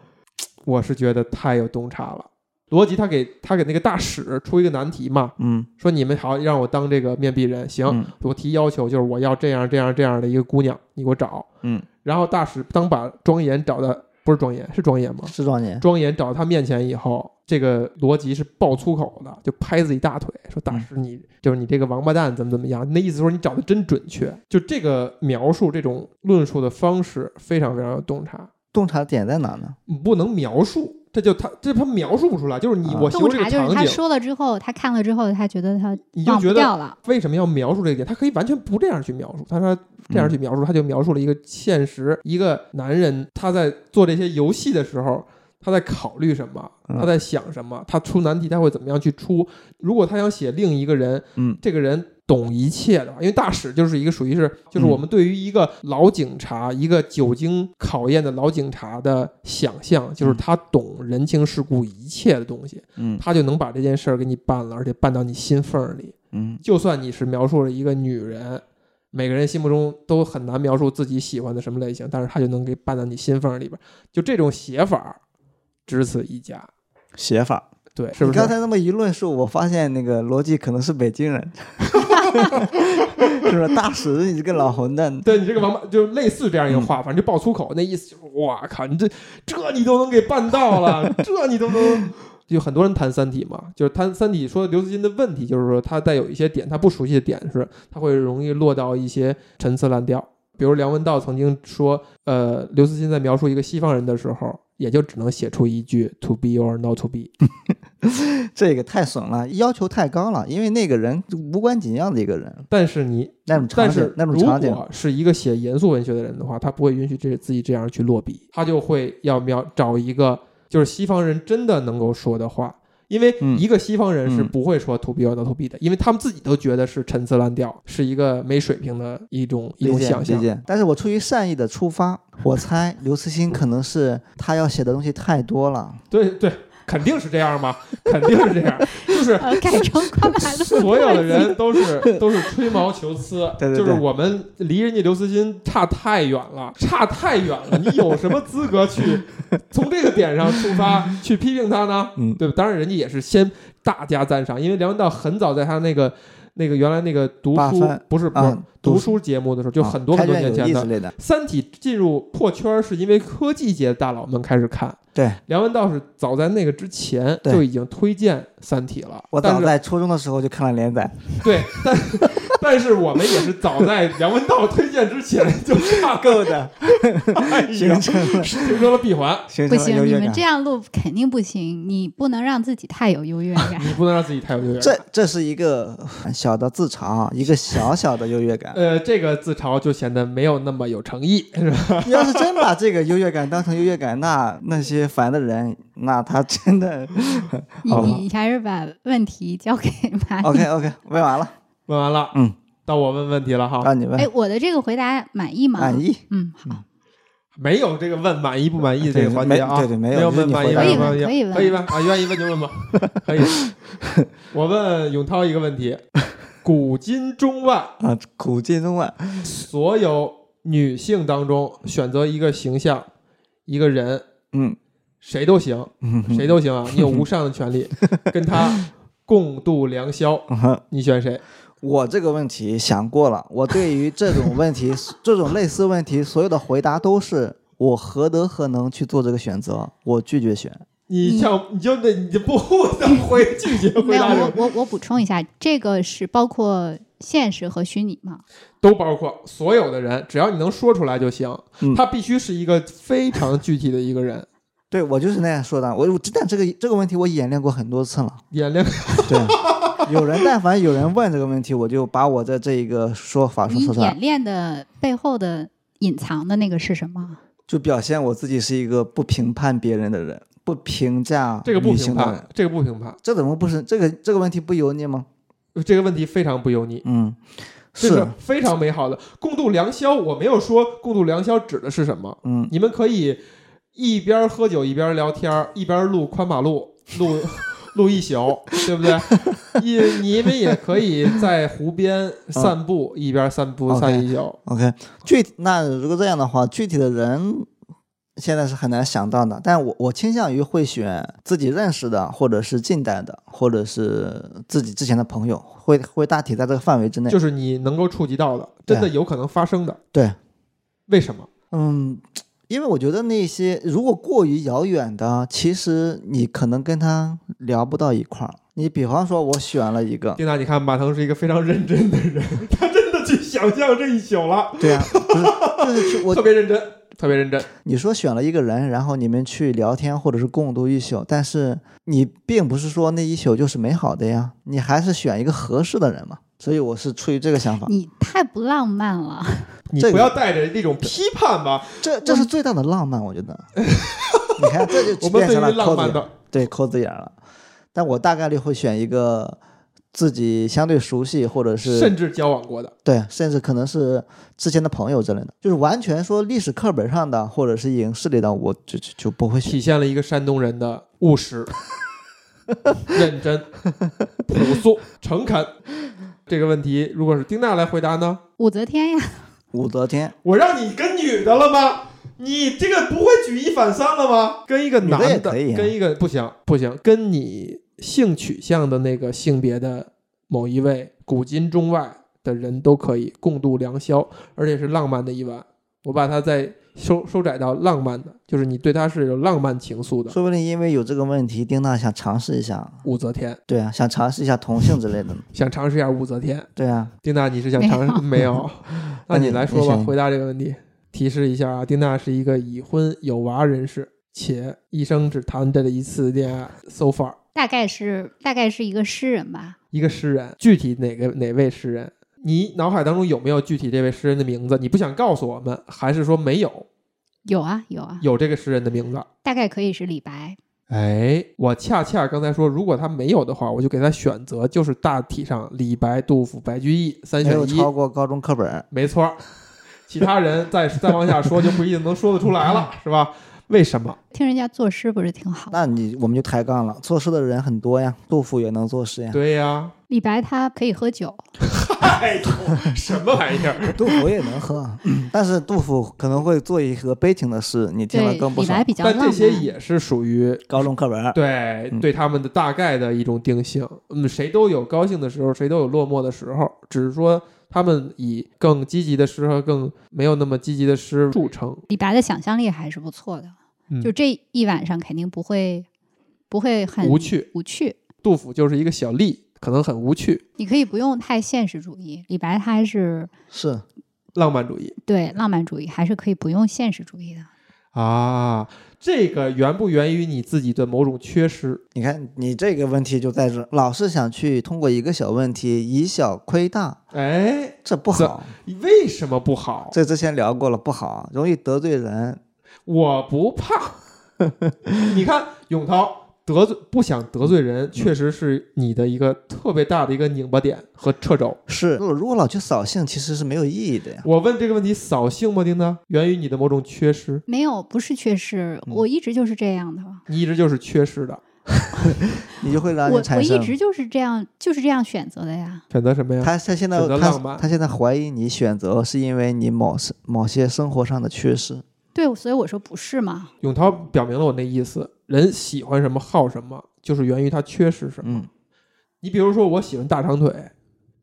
Speaker 1: 我是觉得太有洞察了。罗辑他给他给那个大使出一个难题嘛，
Speaker 2: 嗯
Speaker 1: 说你们好让我当这个面壁人，行，
Speaker 2: 嗯
Speaker 1: 我提要求就是我要这样这样这样的一个姑娘，你给我找。
Speaker 2: 嗯，
Speaker 1: 然后大使当把庄严找的不是庄严是庄严吗？
Speaker 2: 是壮年。
Speaker 1: 庄严找到他面前以后，这个罗辑是爆粗口的，就拍自己大腿，说：“大师你，就是你这个王八蛋，怎么怎么样？”那意思说你找的真准确。就这个描述，这种论述的方式非常非常有洞察，
Speaker 2: 洞察点在哪呢？
Speaker 1: 你不能描述，这就他这他描述不出来，就是你、
Speaker 2: 啊
Speaker 1: 我形
Speaker 4: 洞
Speaker 1: 容这
Speaker 4: 察
Speaker 1: 个
Speaker 4: 就是他
Speaker 1: 场景，
Speaker 4: 说了之后，他看了之后，他觉得他
Speaker 1: 你就
Speaker 4: 忘
Speaker 1: 觉
Speaker 4: 不
Speaker 1: 得
Speaker 4: 掉 了。
Speaker 1: 为什么要描述这一点？他可以完全不这样去描述，他说这样去
Speaker 2: 嗯
Speaker 1: 描述，他就描述了一个现实，一个男人他在做这些游戏的时候，他在考虑什么，
Speaker 2: 嗯
Speaker 1: 他在想什么，他出难题他会怎么样去出。如果他想写另一个人，
Speaker 2: 嗯
Speaker 1: 这个人懂一切的，因为大使就是一个属于是，
Speaker 2: 嗯
Speaker 1: 就是我们对于一个老警察，一个久经考验的老警察的想象，就是他懂人情世故一切的东西，
Speaker 2: 嗯
Speaker 1: 他就能把这件事儿给你办了，而且办到你心缝儿里。
Speaker 2: 嗯
Speaker 1: 就算你是描述了一个女人，每个人心目中都很难描述自己喜欢的什么类型，但是他就能给办到你心缝儿里边儿。就这种写法儿，只此一家。
Speaker 2: 写法。
Speaker 1: 对，是不
Speaker 2: 你刚
Speaker 1: 是？
Speaker 2: 才那么一论述，我发现那个逻辑可能是北京人， 是吧？大使，你这个老混蛋，
Speaker 1: 对你这个王八，就类似这样一个话，反正就爆粗口，那意思就是，哇靠，你这这你都能给办到了，这你都能。就很多人谈《三体》嘛，就是谈《三体》说刘慈欣的问题，就是说他带有一些点他不熟悉的点是，他会容易落到一些陈词滥调。比如梁文道曾经说，呃，刘慈欣在描述一个西方人的时候，也就只能写出一句 “to be or not to be”。
Speaker 2: 这个太损了，要求太高了，因为那个人就无关紧要的一个人，
Speaker 1: 但是你
Speaker 2: 那种
Speaker 1: 但
Speaker 2: 场景
Speaker 1: 是，
Speaker 2: 那种
Speaker 1: 如
Speaker 2: 场景，
Speaker 1: 果是一个写严肃文学的人的话，他不会允许这自己这样去落笔，他就会要描找一个就是西方人真的能够说的话，因为
Speaker 2: 嗯
Speaker 1: 一个西方人是
Speaker 2: 嗯
Speaker 1: 不会说 “to be or not to be” 的，因为他们自己都觉得是陈词滥调，是一个没水平的一种一
Speaker 2: 理
Speaker 1: 种
Speaker 2: 解
Speaker 1: 想
Speaker 2: 理
Speaker 1: 象。
Speaker 2: 解。但是我出于善意的出发，我猜刘慈
Speaker 1: 嗯
Speaker 2: 欣可能是他要写的东西太多了，
Speaker 1: 对对，肯定是这样嘛，肯定是这样，就是
Speaker 4: 呃，改成 宽马路。
Speaker 1: 所有的人都 是都是吹毛求疵，
Speaker 2: 对对对
Speaker 1: 就是我们离人家刘慈欣差太远了，差太远了，你有什么资格去 从这个点上出 发去批评他呢？
Speaker 2: 嗯
Speaker 1: 对吧？当然，人家也是先大加赞赏，因为梁文道很早在他那个那个原来那个读
Speaker 2: 八
Speaker 1: 书
Speaker 2: 番
Speaker 1: 不是不是、
Speaker 2: 啊，
Speaker 1: 读书节目的时候，就
Speaker 2: 啊
Speaker 1: 很多
Speaker 2: 开
Speaker 1: 很多
Speaker 2: 卷
Speaker 1: 年
Speaker 2: 有
Speaker 1: 前
Speaker 2: 益
Speaker 1: 的
Speaker 2: 之类的，
Speaker 1: 《三体》进入破圈儿是因为科技界的大佬们开始看。
Speaker 2: 对，
Speaker 1: 梁文道是早在那个之前
Speaker 2: 对
Speaker 1: 就已经推荐《三体》了。
Speaker 2: 我
Speaker 1: 但
Speaker 2: 早
Speaker 1: 是
Speaker 2: 在初中的时候就看了连载，
Speaker 1: 对，但但是我们也是早在梁文道推荐之前 就差个
Speaker 2: 够的， 形成了
Speaker 1: 形成了闭环。
Speaker 2: 形
Speaker 4: 不
Speaker 2: 成了优
Speaker 4: 行，你
Speaker 2: 越
Speaker 4: 们
Speaker 2: 感
Speaker 4: 这。样录肯定不行，你不能让自己太有优 越感。
Speaker 1: 你不能让自己太有优越感。
Speaker 2: 这这是一个很小的自 嘲，啊一个小小的优越感。
Speaker 1: 呃，这个自嘲就显得没有那么有诚意，是吧？
Speaker 2: 你要是真把这个优越感当成优越感，那那些烦的人，那他真的
Speaker 4: 你
Speaker 2: 好
Speaker 1: 哦
Speaker 2: 吧
Speaker 4: 你还是把问题 交给马里。
Speaker 2: OK OK 问完了，
Speaker 1: 问完了，
Speaker 2: 嗯，啊
Speaker 1: 到我问问题了哈。
Speaker 2: 让你
Speaker 4: 哎
Speaker 2: 问，
Speaker 4: 我的这个回答满意吗？
Speaker 2: 满。意。
Speaker 4: 嗯，好，
Speaker 1: 没有这个问满意不满意这个环节啊，
Speaker 2: 对对没
Speaker 1: 没
Speaker 2: 有
Speaker 1: 有
Speaker 2: 就是
Speaker 1: 问
Speaker 2: 你
Speaker 1: 满意
Speaker 2: 回答
Speaker 1: 不
Speaker 4: 吧
Speaker 1: 满意，
Speaker 4: 可以问
Speaker 1: 可以问啊，愿意问就问 吧，可以。我问永涛一个问 题：古今中外
Speaker 2: 啊，古今中外，
Speaker 1: 所有女性当中选择一个形象、一个人，
Speaker 2: 嗯，
Speaker 1: 谁都行，
Speaker 2: 嗯
Speaker 1: 谁都 行啊，你有无上的权利跟他共度良宵，
Speaker 2: 嗯
Speaker 1: 你选谁？
Speaker 2: 我这个问题想过了，我对于这种问题，这种类似问题，所有的回答都是我何德何能去做这个选择，我拒绝选。
Speaker 1: 你
Speaker 4: 你
Speaker 1: 像你就得你就不能回拒绝回
Speaker 4: 没有，
Speaker 1: 答这
Speaker 4: 我
Speaker 1: 个，
Speaker 4: 我我补充一下，这个是包括现实和虚拟嘛？
Speaker 1: 都包括所有的人，只要你能说出来就行
Speaker 2: 嗯。
Speaker 1: 他必须是一个非常具体的一个人，
Speaker 2: 对我就是那样说的，我我但这个这个问题我演练过很多次了。
Speaker 1: 演练
Speaker 2: 对，有人但凡有人问这个问题，我就把我的这一个说法说
Speaker 4: 你
Speaker 2: 说出来
Speaker 4: 演，练的背后的隐藏的那个是什么？
Speaker 2: 就表现我自己是一个不评判别人的人，不评价
Speaker 1: 这个不
Speaker 2: 女
Speaker 1: 评
Speaker 2: 性的
Speaker 1: 判
Speaker 2: 人，，
Speaker 1: 这个不评判，
Speaker 2: 这怎么不是这个这个问题不油腻吗？
Speaker 1: 这个问题非常不油腻。
Speaker 2: 嗯，
Speaker 1: 这是非常美好的。共度良宵，我没有说共度良宵指的是什么，
Speaker 2: 嗯，
Speaker 1: 你们可以一边喝酒一边聊天儿，一边录宽马路， 录录一宿，对不对？一你们也可以在湖边散步，一边散步
Speaker 2: 嗯 OK
Speaker 1: 散一宿。
Speaker 2: OK，具体那如果这样的话，具体的人现在是很难想到的。但我我倾向于会选自己认识的，或者是近代的，或者是自己之前的朋友，会会大体在这个范围之内。
Speaker 1: 就是你能够触及到的，
Speaker 2: 对
Speaker 1: 真的有可能发生的。
Speaker 2: 对，
Speaker 1: 为什么？
Speaker 2: 嗯，因为我觉得那些如果过于遥远的，其实你可能跟他聊不到一块儿。你比方说，我选了一个，
Speaker 1: 丁娜，你看马腾是一个非常认真的人， 他真的去想象这一宿了，
Speaker 2: 对啊，不是，就是去我
Speaker 1: 特别认真，特别认真。
Speaker 2: 你说选了一个人，然后你们去聊天或者是共度一宿，但是你并不是说那一宿就是美好的呀，你还是选一个合适的人嘛。所以我是出于这个想法，
Speaker 4: 你太不浪漫了。
Speaker 1: 你
Speaker 2: 这个
Speaker 1: 不要带着那种批判吧，
Speaker 2: 这这是最大的浪漫，我 觉得。你看，这
Speaker 1: 我
Speaker 2: 就
Speaker 1: 们
Speaker 2: 变
Speaker 1: 对
Speaker 2: 成了
Speaker 1: 于浪
Speaker 2: 扣子
Speaker 1: 漫
Speaker 2: 眼
Speaker 1: 的
Speaker 2: 儿，对扣子眼儿了。但我大概率会选一个自己相对熟悉，或者是
Speaker 1: 甚至交往过的，
Speaker 2: 对，甚至可能是之前的朋友之类的，就是完全说历史课本上的或者是影视里的，我就就就不会选。
Speaker 1: 体现了一个山东人的务实、认真、朴素、诚恳。这个问题，如果是丁娜来回答呢？
Speaker 4: 武则天呀，
Speaker 2: 武则天，
Speaker 1: 我让你跟女的了吗？你这个不会举一反三了吗？跟一个男
Speaker 2: 女
Speaker 1: 的，
Speaker 2: 的也可以啊
Speaker 1: 跟一个不行不行，跟你性取向的那个性别的某一位，古今中外的人都可以共度良宵，而且是浪漫的一晚。我把它再收收窄到浪漫的，就是你对他是有浪漫情愫的。
Speaker 2: 说不定因为有这个问题，丁娜想尝试一下，
Speaker 1: 武则天
Speaker 2: 对啊，想尝试一下同性之类的，
Speaker 1: 想尝试一下武则天，
Speaker 2: 对啊，
Speaker 1: 丁娜，你是想尝试没 有？那
Speaker 2: 那
Speaker 1: 你
Speaker 2: 你
Speaker 1: 来说吧，
Speaker 2: 你选
Speaker 1: 回答这个问题。提示一下啊，丁娜是一个已婚有娃人士，且一生只谈这一次恋爱。So far，
Speaker 4: 大概是大概是一个诗人吧，
Speaker 1: 一个诗人，具体哪个哪位诗人？你脑海当中有没有具体这位诗人的名字？你不想告诉我们，还是说没有
Speaker 4: 有啊有啊，
Speaker 1: 有这个诗人的名字？
Speaker 4: 大概可以是李白。
Speaker 1: 哎，我恰恰刚才说，如果他没有的话，我就给他选择，就是大体上李白、杜甫、白居易三
Speaker 2: 没
Speaker 1: 选
Speaker 2: 有
Speaker 1: 一
Speaker 2: 超。过高中课本儿，
Speaker 1: 没错儿，其他人再再往下说就不一定能说得出来了，是吧？为什么？
Speaker 4: 听人家作诗不是挺好？
Speaker 2: 那你我们就抬杠了。作诗的人很多呀，杜甫也能作诗呀，
Speaker 1: 对呀、
Speaker 4: 李白他可以喝酒，
Speaker 1: 哎呦， 什么玩意儿？
Speaker 2: 杜甫也能喝，嗯但是杜甫可能会做一个悲情的诗，你听了
Speaker 4: 对
Speaker 2: 更不
Speaker 4: 李白
Speaker 2: 爽。
Speaker 4: 比较浪
Speaker 1: 但
Speaker 4: 漫。
Speaker 1: 这些也是属于
Speaker 2: 高中课本儿，
Speaker 1: 对
Speaker 2: 嗯
Speaker 1: 对他们的大概的一种定性。嗯，谁都有高兴的时候，谁都有落寞的时候，只是说他们以更积极的诗和更没有那么积极的诗著称。
Speaker 4: 李白的想象力还是不错的，
Speaker 1: 嗯
Speaker 4: 就这一晚上肯定不会不会很
Speaker 1: 无趣
Speaker 4: 无趣。
Speaker 1: 杜甫就是一个小吏，可能很无趣，
Speaker 4: 你可以不用太现实主义，李白他还是
Speaker 2: 是
Speaker 1: 浪漫主义。
Speaker 4: 对浪漫主义，还是可以不用现实主义的。
Speaker 1: 啊，这个源不源于你自己的某种缺失？
Speaker 2: 你看你这个问题就在这儿，老是想去通过一个小问题以小窥大，
Speaker 1: 哎，
Speaker 2: 这不
Speaker 1: 这
Speaker 2: 好。
Speaker 1: 为什么不好？
Speaker 2: 这之前聊过了，不好，容易得罪人。
Speaker 1: 我不怕。 你看，永涛得罪不想得罪人，
Speaker 2: 嗯
Speaker 1: 确实是你的一个特别大的一个拧巴点和掣肘。
Speaker 2: 是，如果老去扫兴，其实是没有意义的呀。
Speaker 1: 我问这个问题扫兴吗？丁呢？源于你的某种缺失，
Speaker 4: 没有，不是缺失，我一直就是这样的。
Speaker 1: 你一直就是缺失的。
Speaker 2: 你就会让
Speaker 4: 我
Speaker 2: 人
Speaker 4: 我
Speaker 2: 产生
Speaker 4: 一。直就是这样，就是这样选择的呀。
Speaker 1: 选择什么呀？
Speaker 2: 他他现在
Speaker 1: 啊选择浪
Speaker 2: 他
Speaker 1: 漫
Speaker 2: 他现在怀疑你选择是因为你某是某些生活上的缺失，
Speaker 4: 对，所以我说不是嘛。
Speaker 1: 永涛表明了我那意思：人喜欢什么好什么，就是源于他缺失什么。
Speaker 2: 嗯，
Speaker 1: 你比如说，我喜欢大长腿，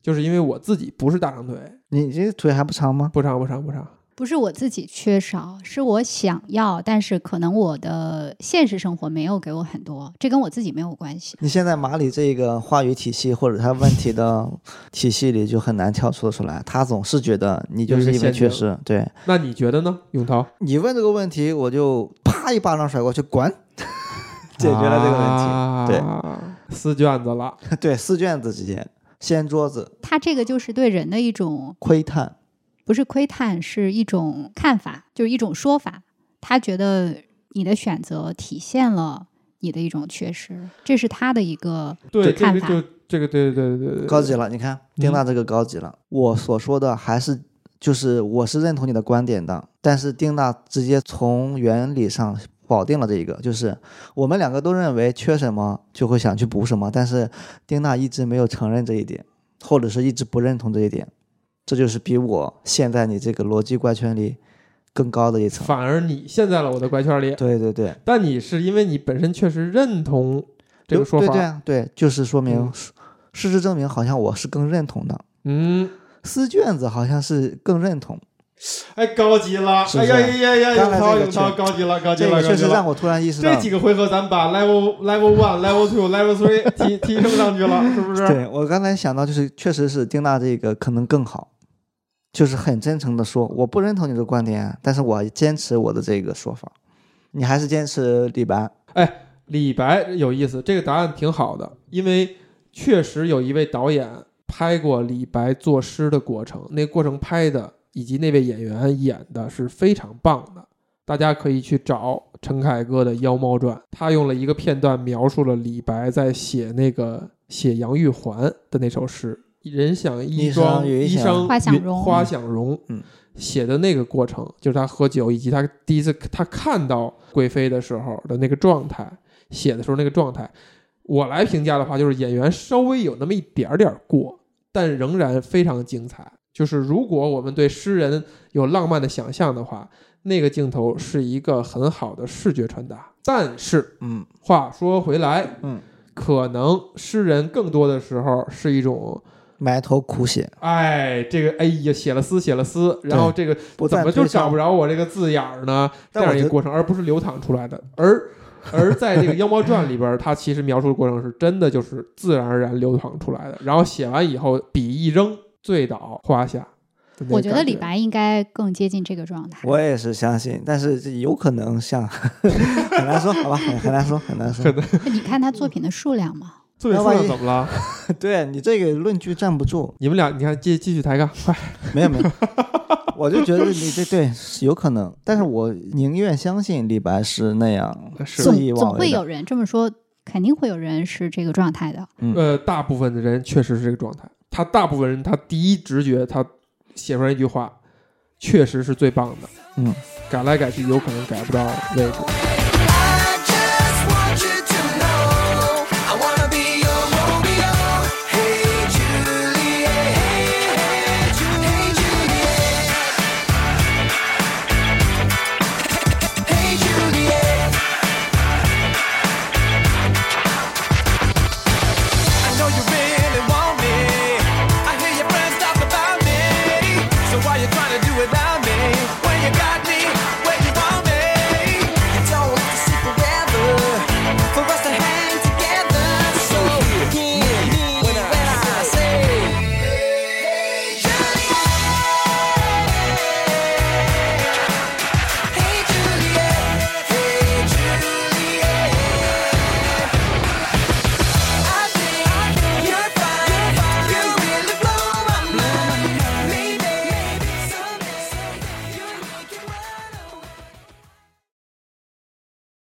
Speaker 1: 就是因为我自己不是大长腿，
Speaker 2: 你这腿还不长吗？
Speaker 1: 不长不长不长。
Speaker 4: 不是我自己缺少，是我想要，但是可能我的现实生活没有给我很多，这跟我自己没有关系。
Speaker 2: 你现在马里这个话语体系或者他问 题的体系里就很难跳出出来，他总是觉得你就
Speaker 1: 有一
Speaker 2: 是
Speaker 1: 个
Speaker 2: 因为
Speaker 1: 陷阱
Speaker 2: 缺失。对
Speaker 1: 那你觉得呢，永涛？
Speaker 2: 你问这个问题，我就啪一巴掌甩过去， 滚，解决了这个问题。
Speaker 1: 啊、对，撕卷子了。
Speaker 2: 对，撕卷子直接掀桌子，
Speaker 4: 他这个就是对人的一种，
Speaker 2: 窥探。
Speaker 4: 不是窥探，是一种看法，就是一种说法。他觉得你的选择体现了你的一种缺失，这是他的一个
Speaker 1: 对，这
Speaker 4: 看
Speaker 1: 个
Speaker 4: 法。
Speaker 1: 就这个，对对对对对，嗯
Speaker 2: 高级了，你看丁娜这个高级了。我所说的还是就是我是认同你的观点的，但是丁娜直接从原理上保定了这一个，就是我们两个都认为缺什么就会想去补什么，但是丁娜一直没有承认这一点，或者是一直不认同这一点，这就是比我陷在你这个逻辑怪圈里更高的一层。
Speaker 1: 反而你陷在了我的怪圈里，
Speaker 2: 对对对，
Speaker 1: 但你是因为你本身确实认同这个说法，
Speaker 2: 对对啊，对，就是说明
Speaker 1: 嗯
Speaker 2: 事实证明，好像我是更认同的。
Speaker 1: 嗯，
Speaker 2: 撕卷子好像是更认同，
Speaker 1: 哎，高级了，
Speaker 2: 是不是
Speaker 1: 哎呀呀呀呀，
Speaker 2: 刚
Speaker 1: 永涛永涛
Speaker 2: 才这个确
Speaker 1: 高级了，高级
Speaker 2: 这
Speaker 1: 了，
Speaker 2: 个
Speaker 1: 高
Speaker 2: 确
Speaker 1: 级
Speaker 2: 实让
Speaker 1: 了。
Speaker 2: 我突然意识到
Speaker 1: 这，几个回合咱把 level level one level two level three 提提升上去了，是不是？
Speaker 2: 对我刚才想到就是，确实是丁娜这个可能更好，就是很真诚的说，我不认同你的观点，但是我坚持我的这个说法。你还是坚持李白，
Speaker 1: 李白有意思，这个答案挺好的，因为确实有一位导演拍过李白作诗的过程，那过程拍的以及那位演员演的是非常棒的。大家可以去找陈凯歌的《妖猫传》，他用了一个片段描述了李白在写那个写杨玉环的那首诗：“人想衣
Speaker 2: 衣
Speaker 1: 装，
Speaker 2: 裳云
Speaker 1: 衣
Speaker 2: 想
Speaker 1: 裳
Speaker 4: 花想
Speaker 1: 云
Speaker 4: 容
Speaker 1: 花想容。”
Speaker 2: 嗯，
Speaker 1: 写的那个过程就是他喝酒以及他第一次他看到贵妃的时候的那个状态，写的时候那个状态。我来评价的话，就是演员稍微有那么一点儿点儿过，但仍然非常精彩。就是如果我们对诗人有浪漫的想象的话，那个镜头是一个很好的视觉传达。但是
Speaker 2: 嗯
Speaker 1: 话说回来，
Speaker 2: 嗯，
Speaker 1: 可能诗人更多的时候是一种，
Speaker 2: 埋头苦写，
Speaker 1: 哎，这个哎呀，写了思，写了思，然后这个
Speaker 2: 不
Speaker 1: 怎
Speaker 2: 断
Speaker 1: 么就
Speaker 2: 推销
Speaker 1: 找不着我这个字眼儿呢？这
Speaker 2: 但我
Speaker 1: 样一个
Speaker 2: 觉得
Speaker 1: 过程，而不是流淌出来的。而而在这个《妖猫传》里边儿，它其实描述的过程是真的，就是自然而然流淌出来的。然后写完以后，笔一扔，醉倒花下。就那个
Speaker 4: 我觉得
Speaker 1: 感
Speaker 4: 李白应该更接近这个状态。
Speaker 2: 我也是相信，但是这有可能像 很难说，好吧，很很难说，很难说。
Speaker 4: 那你看他作品的数量嘛，
Speaker 1: 醉
Speaker 2: 那
Speaker 1: 树
Speaker 2: 万
Speaker 1: 上
Speaker 2: 一
Speaker 1: 怎么了？
Speaker 2: 对你这个论据站不住，
Speaker 1: 你们俩，你看继继续抬杠，快！
Speaker 2: 没有没 有，我就觉得你这对是有可能，但是我宁愿相信李白是那样
Speaker 1: 呃是
Speaker 2: 肆
Speaker 4: 总
Speaker 2: 意
Speaker 4: 总
Speaker 2: 妄
Speaker 4: 会
Speaker 2: 为的。
Speaker 4: 有人这么说，肯定会有人是这个状态的。
Speaker 2: 嗯
Speaker 1: 呃，大部分的人确实是这个状态。他大部分人，他第一直觉，他写出来一句话，确实是最棒的。
Speaker 2: 嗯，
Speaker 1: 改来改去，有可能改不到位置。